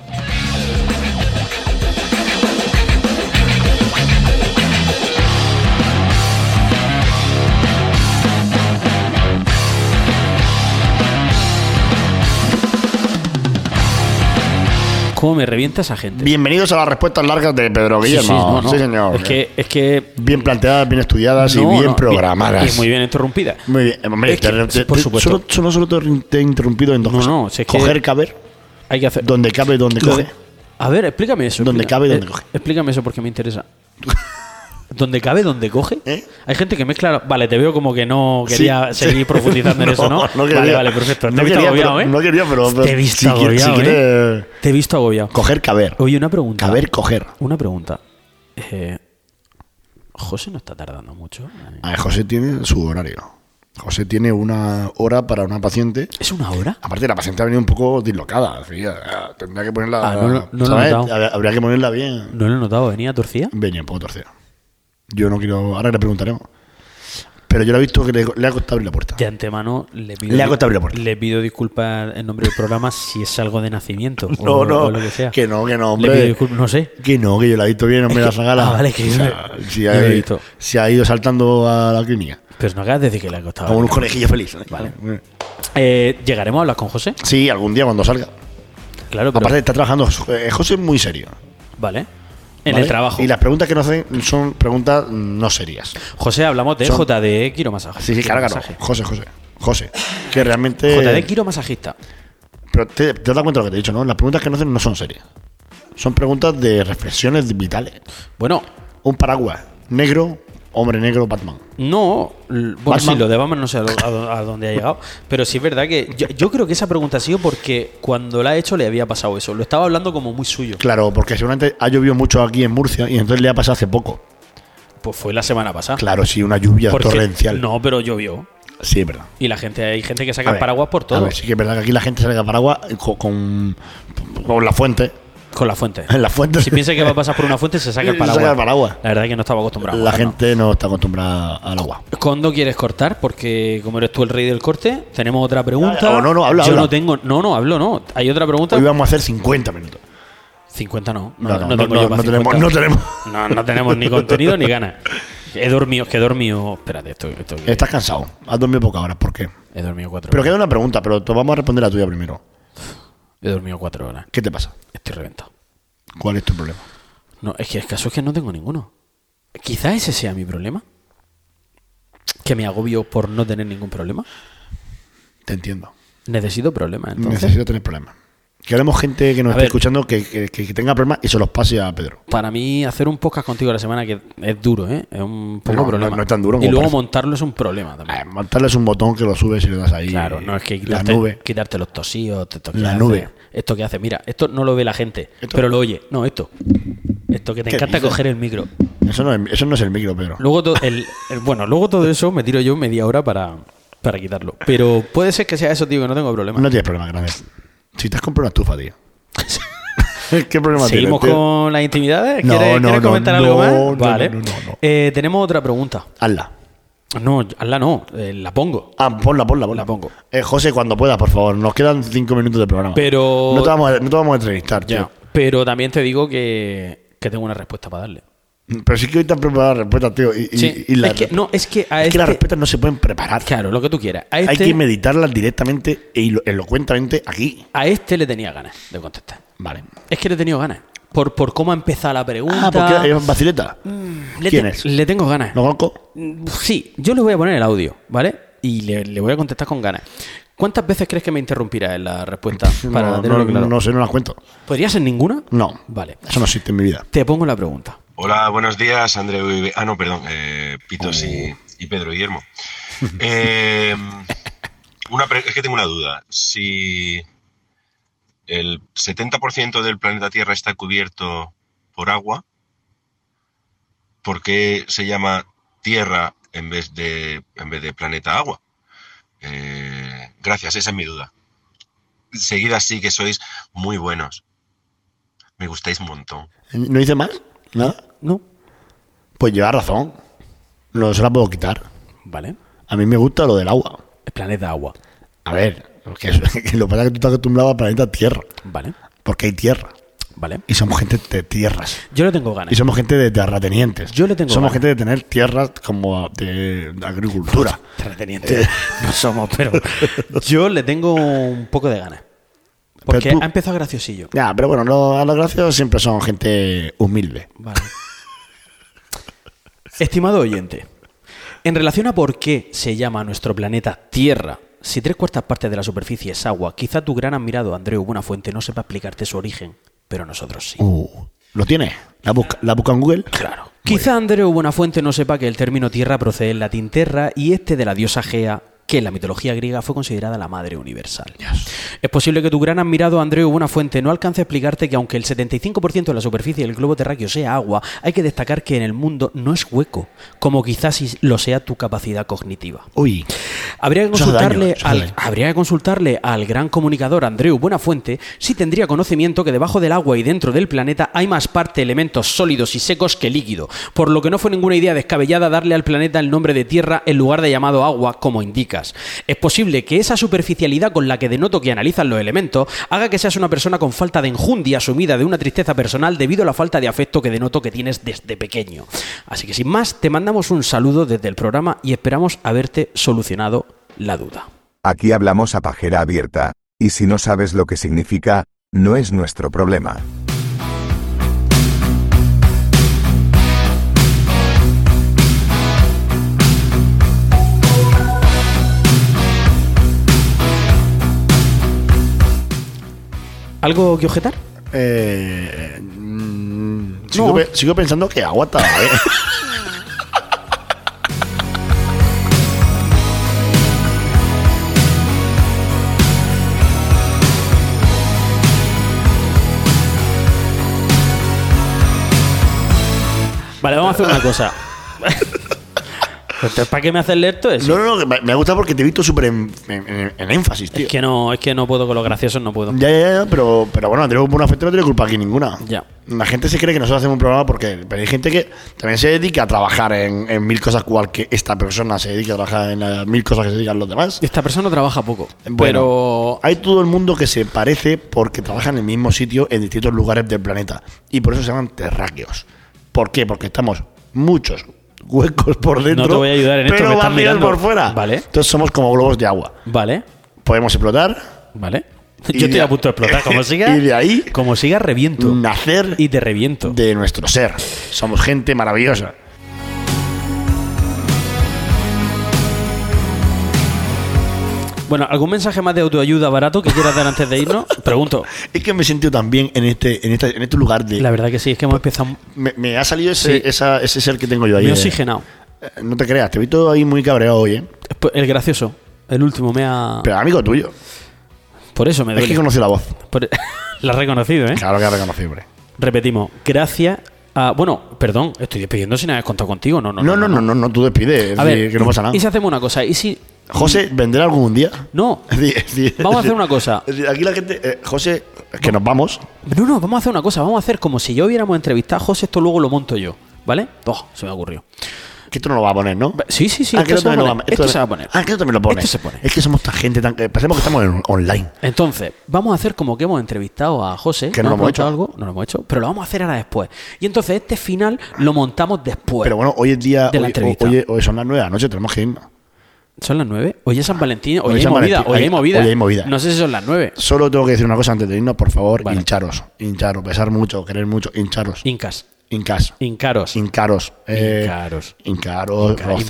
Speaker 8: ¿Cómo me revienta esa gente?
Speaker 7: Bienvenidos a las respuestas largas de Pedro
Speaker 8: Sí, sí,
Speaker 7: Guillermo. Sí,
Speaker 8: no, no.
Speaker 7: señor.
Speaker 8: Es que, es que
Speaker 7: Bien planteadas, bien estudiadas
Speaker 8: No,
Speaker 7: y bien
Speaker 8: no,
Speaker 7: programadas.
Speaker 8: Y muy bien interrumpida.
Speaker 7: Muy bien. Hombre,
Speaker 8: Es que,
Speaker 7: te- te-
Speaker 8: por
Speaker 7: te-
Speaker 8: supuesto.
Speaker 7: Solo, solo, solo te te he interrumpido en dos
Speaker 8: No,
Speaker 7: cosas.
Speaker 8: no, si es que-
Speaker 7: Coger, caber.
Speaker 8: Hay que hacer.
Speaker 7: Donde cabe, donde
Speaker 8: Lo
Speaker 7: coge.
Speaker 8: de- A ver, explícame eso.
Speaker 7: Donde
Speaker 8: explica-
Speaker 7: cabe, donde
Speaker 8: eh,
Speaker 7: coge.
Speaker 8: Explícame eso porque me interesa. ¿Donde cabe, donde coge?
Speaker 7: ¿Eh?
Speaker 8: Hay gente que mezcla. Vale, te veo como que no
Speaker 7: Sí,
Speaker 8: quería
Speaker 7: sí.
Speaker 8: seguir profundizando en eso, ¿no?
Speaker 7: quería.
Speaker 8: Vale, vale, perfecto. Te
Speaker 7: No
Speaker 8: he visto
Speaker 7: quería,
Speaker 8: agobiado,
Speaker 7: pero-
Speaker 8: ¿eh?
Speaker 7: No quería, pero.
Speaker 8: Te he visto
Speaker 7: si quiere- si
Speaker 8: agobiado,
Speaker 7: quiere-
Speaker 8: ¿eh? Te he visto agobiado.
Speaker 7: Coger, caber.
Speaker 8: Oye, una pregunta.
Speaker 7: Caber, coger.
Speaker 8: Una pregunta. Eh, José no está tardando mucho.
Speaker 7: A ver, José tiene su horario. José tiene una hora para una paciente.
Speaker 8: ¿Es una hora?
Speaker 7: Aparte, la paciente ha venido un poco dislocada. en fin, ah, Tendría que ponerla.
Speaker 8: Ah, no lo- no lo he
Speaker 7: ¿sabes?
Speaker 8: notado.
Speaker 7: Habría- Habría que ponerla bien.
Speaker 8: No lo he notado. ¿Venía torcida?
Speaker 7: Venía un poco torcida. Yo no quiero. Ahora le preguntaremos. Pero yo la he visto que le, le ha costado abrir la puerta.
Speaker 8: De antemano le pido,
Speaker 7: Le ha costado abrir la puerta.
Speaker 8: le pido disculpas en nombre del programa si es algo de nacimiento o,
Speaker 7: No,
Speaker 8: lo-
Speaker 7: no,
Speaker 8: o lo que sea.
Speaker 7: que no, que no,
Speaker 8: Le
Speaker 7: hombre.
Speaker 8: pido disculpas, no sé.
Speaker 7: Que no, que yo la he visto bien, hombre,
Speaker 8: Es
Speaker 7: la
Speaker 8: que-
Speaker 7: sagala.
Speaker 8: ah, vale, que
Speaker 7: O sea,
Speaker 8: yo-
Speaker 7: si
Speaker 8: yo
Speaker 7: ha,
Speaker 8: la he visto. Ah,
Speaker 7: si ha ido saltando a la clínica.
Speaker 8: Pero no acabas de decir que le ha costado.
Speaker 7: Como un conejillo feliz. Vale.
Speaker 8: Eh, ¿Llegaremos a hablar con José?
Speaker 7: Sí, algún día cuando salga.
Speaker 8: Claro, pero...
Speaker 7: Aparte, está trabajando. eh, José es muy serio.
Speaker 8: vale. En
Speaker 7: ¿vale?
Speaker 8: el trabajo. Ah,
Speaker 7: Y las preguntas que nos hacen son preguntas no serias.
Speaker 8: José, hablamos de
Speaker 7: Son-
Speaker 8: JD Quiromasaje.
Speaker 7: Sí, sí, claro, claro.
Speaker 8: Quiromasaje.
Speaker 7: José, José. José. Que realmente.
Speaker 8: JD Quiromasajista.
Speaker 7: Pero te, te das cuenta de lo que te he dicho, ¿no? Las preguntas que nos hacen no son serias. Son preguntas de reflexiones vitales.
Speaker 8: Bueno,
Speaker 7: Un paraguas negro, hombre negro, Batman.
Speaker 8: no... l- Bueno,
Speaker 7: Batman.
Speaker 8: sí, lo de Batman no sé a, lo- a do- a dónde ha llegado. Pero sí es verdad que... Yo, yo creo que esa pregunta ha sido porque cuando la ha hecho le había pasado eso. Lo estaba hablando como muy suyo.
Speaker 7: Claro, porque seguramente ha llovido mucho aquí en Murcia y entonces le ha pasado hace poco.
Speaker 8: Pues fue la semana pasada.
Speaker 7: Claro, sí, una lluvia
Speaker 8: Porque-
Speaker 7: torrencial.
Speaker 8: No, pero llovió.
Speaker 7: Sí, es verdad.
Speaker 8: Y la gente, hay gente que saca
Speaker 7: A
Speaker 8: el
Speaker 7: ver,
Speaker 8: paraguas por
Speaker 7: a
Speaker 8: todo.
Speaker 7: ver, sí que es verdad que aquí la gente sale a paraguas con, con, con la fuente.
Speaker 8: Con la fuente.
Speaker 7: En la fuente.
Speaker 8: Si piensa que va a pasar por una fuente, se saca el
Speaker 7: Se
Speaker 8: paraguas.
Speaker 7: saca el paraguas.
Speaker 8: La verdad es que no estaba acostumbrado.
Speaker 7: la
Speaker 8: Bueno.
Speaker 7: gente no está acostumbrada al agua.
Speaker 8: ¿Cuándo quieres cortar? Porque como eres tú el rey del corte, tenemos otra
Speaker 7: Ya,
Speaker 8: pregunta.
Speaker 7: ya, no, no, habla,
Speaker 8: Yo
Speaker 7: habla.
Speaker 8: no tengo. No, no, hablo, no. Hay otra pregunta.
Speaker 7: Hoy vamos a hacer 50 minutos.
Speaker 8: 50 no. No,
Speaker 7: No, no,
Speaker 8: no
Speaker 7: no,
Speaker 8: tengo
Speaker 7: no,
Speaker 8: yo para
Speaker 7: no tenemos-
Speaker 8: 50.
Speaker 7: no tenemos.
Speaker 8: No, no tenemos ni contenido ni ganas. He dormido, que he dormido. Espérate, esto, esto-
Speaker 7: Estás cansado. Has dormido pocas horas. ¿Por qué?
Speaker 8: He dormido cuatro
Speaker 7: Pero
Speaker 8: horas.
Speaker 7: queda una pregunta, pero te vamos a responder la tuya primero.
Speaker 8: He dormido cuatro horas.
Speaker 7: ¿Qué te pasa?
Speaker 8: Estoy reventado.
Speaker 7: ¿Cuál es tu problema?
Speaker 8: No, es que el caso es que no tengo ninguno. Quizá ese sea mi problema. Que me agobio por no tener ningún problema.
Speaker 7: Te entiendo.
Speaker 8: Necesito problemas, entonces.
Speaker 7: Necesito tener problemas. Queremos gente que nos
Speaker 8: A
Speaker 7: esté
Speaker 8: ver.
Speaker 7: escuchando que, que- que tenga problemas y se los pase a Pedro.
Speaker 8: Para mí, hacer un podcast contigo a la semana que es duro, ¿eh? Es un poco
Speaker 7: No, no,
Speaker 8: problema.
Speaker 7: no es tan duro
Speaker 8: Y
Speaker 7: como
Speaker 8: luego
Speaker 7: parece.
Speaker 8: montarlo es un problema también.
Speaker 7: Eh, Montarles un botón que lo subes y le das ahí.
Speaker 8: claro, no es que
Speaker 7: la
Speaker 8: quitarte,
Speaker 7: nube.
Speaker 8: quitarte los tosíos. Esto que
Speaker 7: La
Speaker 8: hace-
Speaker 7: nube.
Speaker 8: Esto que hace, mira, esto no lo ve la gente,
Speaker 7: Esto.
Speaker 8: pero lo oye. No, esto. Esto que te
Speaker 7: ¿Qué
Speaker 8: encanta
Speaker 7: dices?
Speaker 8: coger el micro.
Speaker 7: Eso no, es, eso no es el micro, Pedro.
Speaker 8: Luego to- el, el- bueno, luego todo eso me tiro yo media hora para, para quitarlo. Pero puede ser que sea eso, tío, que no tengo problema.
Speaker 7: No tienes problema grande. Si estás comprando una estufa, tío. ¿Qué problema
Speaker 8: Seguimos
Speaker 7: tienes? tío?
Speaker 8: con las intimidades.
Speaker 7: No, no,
Speaker 8: ¿Quieres, quieres
Speaker 7: no,
Speaker 8: comentar
Speaker 7: no,
Speaker 8: algo
Speaker 7: no,
Speaker 8: más?
Speaker 7: no,
Speaker 8: Vale.
Speaker 7: no, no, no.
Speaker 8: Eh, tenemos otra pregunta.
Speaker 7: Hazla.
Speaker 8: No, yo- hazla no, eh, la pongo.
Speaker 7: Ah, ponla, ponla, ponla.
Speaker 8: La pongo.
Speaker 7: Eh, José, cuando puedas, por favor. Nos quedan cinco minutos de programa.
Speaker 8: Pero-
Speaker 7: No te vamos a, no te vamos a entrevistar, tío.
Speaker 8: Ya. Pero también te digo que, que tengo una respuesta para darle.
Speaker 7: Pero sí que hoy te han preparado las respuestas, tío. Y, y-
Speaker 8: Sí.
Speaker 7: y la-
Speaker 8: es que, no, es que a
Speaker 7: es que las
Speaker 8: este-
Speaker 7: respuestas no se pueden preparar.
Speaker 8: Claro, lo que tú quieras. A
Speaker 7: Hay
Speaker 8: este,
Speaker 7: que meditarlas directamente e ilo- elocuentemente aquí.
Speaker 8: a este le tenía ganas de contestar.
Speaker 7: Vale.
Speaker 8: Es que le he tenido ganas. Por, por cómo ha empezado la pregunta.
Speaker 7: Ah, porque es Bacileta.
Speaker 8: Mm, le
Speaker 7: ¿Quién
Speaker 8: te-
Speaker 7: es?
Speaker 8: Le tengo ganas.
Speaker 7: ¿No conozco?
Speaker 8: Mm, Sí, yo le voy a poner el audio, ¿vale? Y le, le voy a contestar con ganas. ¿Cuántas veces crees que me interrumpirá en la respuesta? Para
Speaker 7: no,
Speaker 8: tenerlo
Speaker 7: no,
Speaker 8: claro.
Speaker 7: no sé, no las cuento.
Speaker 8: ¿Podría ser ninguna?
Speaker 7: No.
Speaker 8: Vale.
Speaker 7: Eso no existe en mi vida.
Speaker 8: Te pongo la pregunta.
Speaker 11: Hola, buenos días, Andreu y... Ah, no, perdón, eh, Pitos
Speaker 3: Oh.
Speaker 11: y, y Pedro Guillermo. Eh, una pre- Es que tengo una duda. Si el 70% del planeta Tierra está cubierto por agua, ¿por qué se llama Tierra en vez de, en vez de planeta agua? Eh, gracias, esa es mi duda. Seguid así, que sois muy buenos. Me gustáis un montón.
Speaker 7: ¿No hice más? ¿Nada?
Speaker 8: No.
Speaker 7: Pues lleva razón. No se la puedo quitar.
Speaker 8: Vale.
Speaker 7: A mí me gusta lo del agua.
Speaker 8: El planeta agua.
Speaker 7: A ver, que es- que lo que pasa es que tú estás acostumbrado al planeta Tierra.
Speaker 8: Vale.
Speaker 7: Porque hay tierra.
Speaker 8: Vale.
Speaker 7: Y somos gente de tierras.
Speaker 8: Yo le tengo ganas.
Speaker 7: Y somos gente de terratenientes.
Speaker 8: Yo le tengo
Speaker 7: Somos
Speaker 8: ganas.
Speaker 7: gente de tener tierras como de agricultura.
Speaker 8: Terrateniente. no somos, pero yo le tengo un poco de ganas. Porque
Speaker 7: Pero tú-
Speaker 8: ha empezado graciosillo.
Speaker 7: Ya, pero bueno, los, a los graciosos siempre son gente humilde.
Speaker 8: Vale. Estimado oyente, en relación a por qué se llama a nuestro planeta Tierra, si tres cuartas partes de la superficie es agua, quizá tu gran admirado Andreu Buenafuente no sepa explicarte su origen, pero nosotros sí.
Speaker 7: Uh, ¿Lo tienes? ¿La busca, la busca en Google?
Speaker 8: Claro. Quizá Andreu Buenafuente no sepa que el término tierra procede del latín terra y este de la diosa Gea, que en la mitología griega fue considerada la madre universal. Es posible que tu gran admirado Andreu Buenafuente no alcance a explicarte que aunque el 75% de la superficie del globo terráqueo sea agua, hay que destacar que en el mundo no es hueco, como quizás sí lo sea tu capacidad cognitiva.
Speaker 7: Uy,
Speaker 8: Habría que
Speaker 7: Eso hace
Speaker 8: consultarle,
Speaker 7: daño, eso hace
Speaker 8: al,
Speaker 7: daño.
Speaker 8: habría que consultarle al gran comunicador Andreu Buenafuente si tendría conocimiento que debajo del agua y dentro del planeta hay más parte elementos sólidos y secos que líquido, por lo que no fue ninguna idea descabellada darle al planeta el nombre de Tierra en lugar de llamado agua, como indicas. Es posible que esa superficialidad con la que denoto que analizan los elementos haga que seas una persona con falta de enjundia asumida de una tristeza personal debido a la falta de afecto que denoto que tienes desde pequeño. Así que sin más, te mandamos un saludo desde el programa y esperamos haberte solucionado la duda.
Speaker 9: Aquí hablamos a pajera abierta, y si no sabes lo que significa, no es nuestro problema.
Speaker 8: ¿Algo que objetar?
Speaker 7: eh, mm, sigo,
Speaker 8: No.
Speaker 7: pe- sigo pensando que aguanta. ¿eh?
Speaker 8: Vale, vamos a hacer una cosa. Entonces, ¿Para qué me haces leer todo eso?
Speaker 7: No, no, no, que me, me ha gustado porque te he visto súper en, en- en- en énfasis, tío.
Speaker 8: es que no, es que no puedo con los graciosos, no puedo.
Speaker 7: Ya, ya, ya, pero, pero bueno, Andreu Buenafuente no tiene culpa aquí ninguna.
Speaker 8: Ya.
Speaker 7: La gente se cree que nosotros hacemos un programa porque pero hay gente que también se dedica a trabajar en, en mil cosas, cual que esta persona se dedica a trabajar en las mil cosas que se dedican los demás.
Speaker 8: Esta persona trabaja poco.
Speaker 7: Bueno, hay todo el mundo que se parece porque trabajan en el mismo sitio en distintos lugares del planeta. Y por eso se llaman terráqueos. ¿Por qué? Porque estamos muchos huecos por dentro.
Speaker 8: voy a ayudar en esto,
Speaker 7: pero
Speaker 8: me están
Speaker 7: vacíos
Speaker 8: mirando.
Speaker 7: por fuera.
Speaker 8: Vale.
Speaker 7: Entonces somos como globos de agua.
Speaker 8: Pero. Vale,
Speaker 7: Podemos explotar,
Speaker 8: vale.
Speaker 7: Y
Speaker 8: Yo estoy
Speaker 7: de-
Speaker 8: a punto de explotar. Como siga.
Speaker 7: y de ahí-
Speaker 8: Como siga, reviento.
Speaker 7: nacer
Speaker 8: Y te reviento.
Speaker 7: de nuestro ser. Somos gente maravillosa.
Speaker 8: Bueno, ¿algún mensaje más de autoayuda barato que quieras dar antes de irnos? Pregunto.
Speaker 7: Es que me he sentido tan bien en este, en esta- en este lugar de.
Speaker 8: La verdad que sí, es que hemos empezado.
Speaker 7: me, me ha salido ese,
Speaker 8: Sí.
Speaker 7: esa- ese ser que tengo yo Pues, ahí.
Speaker 8: Me he
Speaker 7: eh.
Speaker 8: oxigenado. Pues,
Speaker 7: Eh, No te creas, te vi todo ahí muy cabreado hoy, ¿eh?
Speaker 8: El gracioso. El último me ha.
Speaker 7: Pero amigo tuyo.
Speaker 8: Por eso me
Speaker 7: Es
Speaker 8: duele.
Speaker 7: que conocí la voz.
Speaker 8: Por- La has reconocido, ¿eh?
Speaker 7: Claro que la reconocí, hombre.
Speaker 8: Repetimos, gracias a. Bueno, perdón, estoy despidiendo sin haber contado contigo. No, no,
Speaker 7: No, no, no, no, no, tú despides. Es
Speaker 8: A
Speaker 7: decir,
Speaker 8: ver,
Speaker 7: que no pasa nada.
Speaker 8: ¿Y si hacemos una cosa? ¿Y si.?
Speaker 7: José, ¿vendrá algún día?
Speaker 8: No.
Speaker 7: Es decir- es decir-
Speaker 8: Vamos a hacer una cosa.
Speaker 7: es decir, Aquí la gente. eh, José, es que nos vamos.
Speaker 8: No, no, vamos a hacer una cosa. Vamos a hacer como si yo hubiéramos entrevistado a José, esto luego lo monto yo. ¿Vale? Oh, se me ocurrió.
Speaker 7: Que esto no lo va a poner, ¿no?
Speaker 8: Sí, sí, sí.
Speaker 7: Ah, que
Speaker 8: esto, se va,
Speaker 7: también
Speaker 8: a
Speaker 7: lo
Speaker 8: poner,
Speaker 7: va-
Speaker 8: esto se va a poner.
Speaker 7: Ah, que esto también lo pone.
Speaker 8: Esto se pone.
Speaker 7: Es que somos tan gente tan. que Pensemos que estamos en- online.
Speaker 8: Entonces, vamos a hacer como que hemos entrevistado a José.
Speaker 7: Que no lo
Speaker 8: hemos
Speaker 7: hemos
Speaker 8: hecho
Speaker 7: hecho.
Speaker 8: algo, no lo hemos hecho, pero lo vamos a hacer ahora después. Y entonces este final lo montamos después.
Speaker 7: Pero bueno, hoy es día.
Speaker 8: De la
Speaker 7: hoy-
Speaker 8: entrevista.
Speaker 7: hoy- hoy son las nueve de la noche, tenemos que irnos.
Speaker 8: Son las 9. Hoy es San Valentín. Hoy,
Speaker 7: Hoy
Speaker 8: hay,
Speaker 7: es San
Speaker 8: movida,
Speaker 7: Valentín.
Speaker 8: hoy hay
Speaker 7: Hay-
Speaker 8: movida.
Speaker 7: hoy hay movida.
Speaker 8: No sé si son las 9.
Speaker 7: Solo tengo que decir una cosa antes de irnos, por favor,
Speaker 8: Vale.
Speaker 7: hincharos. Hincharos, besar mucho, querer mucho, hincharos.
Speaker 8: Incas.
Speaker 7: Hincas.
Speaker 8: Incaros.
Speaker 7: Incaros. eh,
Speaker 8: Incaros.
Speaker 7: Incaros,
Speaker 8: Inca-
Speaker 7: rozaros,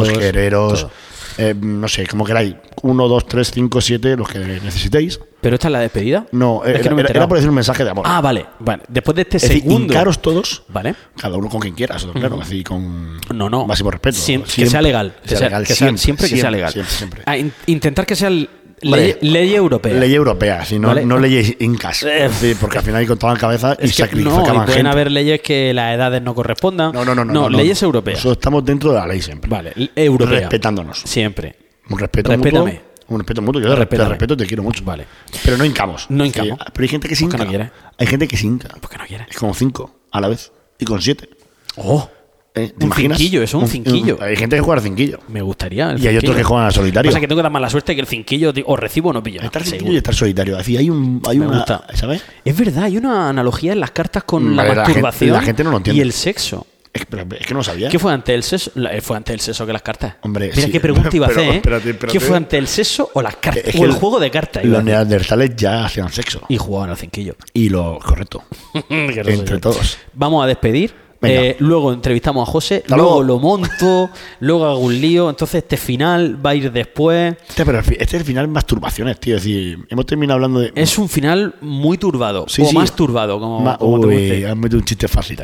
Speaker 8: Inbaratos,
Speaker 7: guerreros.
Speaker 8: todo.
Speaker 7: eh, no sé, como queráis. Uno, dos, tres, cinco, siete, los que necesitéis.
Speaker 8: ¿Pero esta es la despedida?
Speaker 7: No,
Speaker 8: Es
Speaker 7: era,
Speaker 8: que no me he
Speaker 7: era-
Speaker 8: enterado.
Speaker 7: era por decir un mensaje de amor.
Speaker 8: Ah, vale. Vale. Después de este
Speaker 7: es decir,
Speaker 8: segundo.
Speaker 7: Incaros todos,
Speaker 8: Vale.
Speaker 7: cada uno con quien quieras, eso, claro, así con
Speaker 8: No, no.
Speaker 7: máximo respeto.
Speaker 8: Siem- que
Speaker 7: Siempre-
Speaker 8: sea legal.
Speaker 7: que sea legal,
Speaker 8: que sea-
Speaker 7: siempre,
Speaker 8: siempre que sea
Speaker 7: siempre,
Speaker 8: legal.
Speaker 7: siempre, siempre.
Speaker 8: Ah, in- intentar que sea el-
Speaker 7: Vale.
Speaker 8: ley, ley europea.
Speaker 7: Ley europea, si no,
Speaker 8: Vale.
Speaker 7: no leyes incas.
Speaker 8: Eh.
Speaker 7: Es decir, porque al final ahí contaban cabeza y
Speaker 8: Es que no, y
Speaker 7: sacrificaban
Speaker 8: pueden
Speaker 7: gente.
Speaker 8: haber leyes que las edades no correspondan.
Speaker 7: No, no, no, no, no, no.
Speaker 8: leyes europeas.
Speaker 7: Nosotros estamos dentro de la ley siempre.
Speaker 8: Vale, l- europea.
Speaker 7: Respetándonos.
Speaker 8: Siempre.
Speaker 7: Un respeto
Speaker 8: Respétame.
Speaker 7: mutuo. Un respeto mutuo. Yo te
Speaker 8: Respétame.
Speaker 7: respeto, te quiero mucho.
Speaker 8: Vale.
Speaker 7: Pero no hincamos.
Speaker 8: No
Speaker 7: Es decir,
Speaker 8: hincamos.
Speaker 7: Pero hay gente que se
Speaker 8: Porque
Speaker 7: hinca.
Speaker 8: no quiere.
Speaker 7: hay gente que se hinca.
Speaker 8: Porque no no quiere.
Speaker 7: Es como cinco a la vez. Y con siete.
Speaker 8: ¡Oh!
Speaker 7: ¿Eh? ¿Te
Speaker 8: Un
Speaker 7: imaginas?
Speaker 8: cinquillo, es un cinquillo.
Speaker 7: hay gente que juega al cinquillo.
Speaker 8: Me gustaría. el
Speaker 7: Y hay
Speaker 8: cinquillo.
Speaker 7: otros que juegan al solitario.
Speaker 8: Lo que Pasa es que tengo la mala suerte que el cinquillo di- o recibo o no pillo. nada,
Speaker 7: Estar
Speaker 8: Ah, seguro.
Speaker 7: cinquillo y estar solitario. Así hay un. Hay
Speaker 8: Me
Speaker 7: una,
Speaker 8: gusta.
Speaker 7: ¿Sabes?
Speaker 8: Es verdad, hay una analogía en las cartas con
Speaker 7: Mm, Vale,
Speaker 8: la
Speaker 7: la gente-
Speaker 8: masturbación
Speaker 7: la gente no lo entiende.
Speaker 8: y el sexo.
Speaker 7: Es, pero es que no lo sabía.
Speaker 8: ¿Qué fue antes el sexo? la- eh, fue antes el sexo que las cartas.
Speaker 7: Hombre,
Speaker 8: Mira
Speaker 7: sí.
Speaker 8: qué pregunta iba a
Speaker 7: Pero,
Speaker 8: hacer, ¿eh?
Speaker 7: espérate, espérate.
Speaker 8: ¿Qué fue antes el sexo o las cartas?
Speaker 7: Es
Speaker 8: o
Speaker 7: que
Speaker 8: el
Speaker 7: lo-
Speaker 8: juego de cartas. iba a
Speaker 7: Los
Speaker 8: decir.
Speaker 7: neandertales ya hacían sexo.
Speaker 8: Y jugaban al cinquillo.
Speaker 7: Y lo correcto. entre todos.
Speaker 8: Vamos a despedir.
Speaker 7: Venga.
Speaker 8: eh, luego entrevistamos a José,
Speaker 7: Hasta
Speaker 8: luego
Speaker 7: luego.
Speaker 8: lo monto, luego hago un lío. Entonces, este final va a ir después.
Speaker 7: Este, pero el fi- este es el final masturbaciones, tío. Es decir, hemos terminado hablando de.
Speaker 8: Es un final muy turbado,
Speaker 7: Sí,
Speaker 8: o
Speaker 7: sí.
Speaker 8: más turbado, como,
Speaker 7: Ma-
Speaker 8: como te guste.
Speaker 7: Uy, has metido un chiste fácil.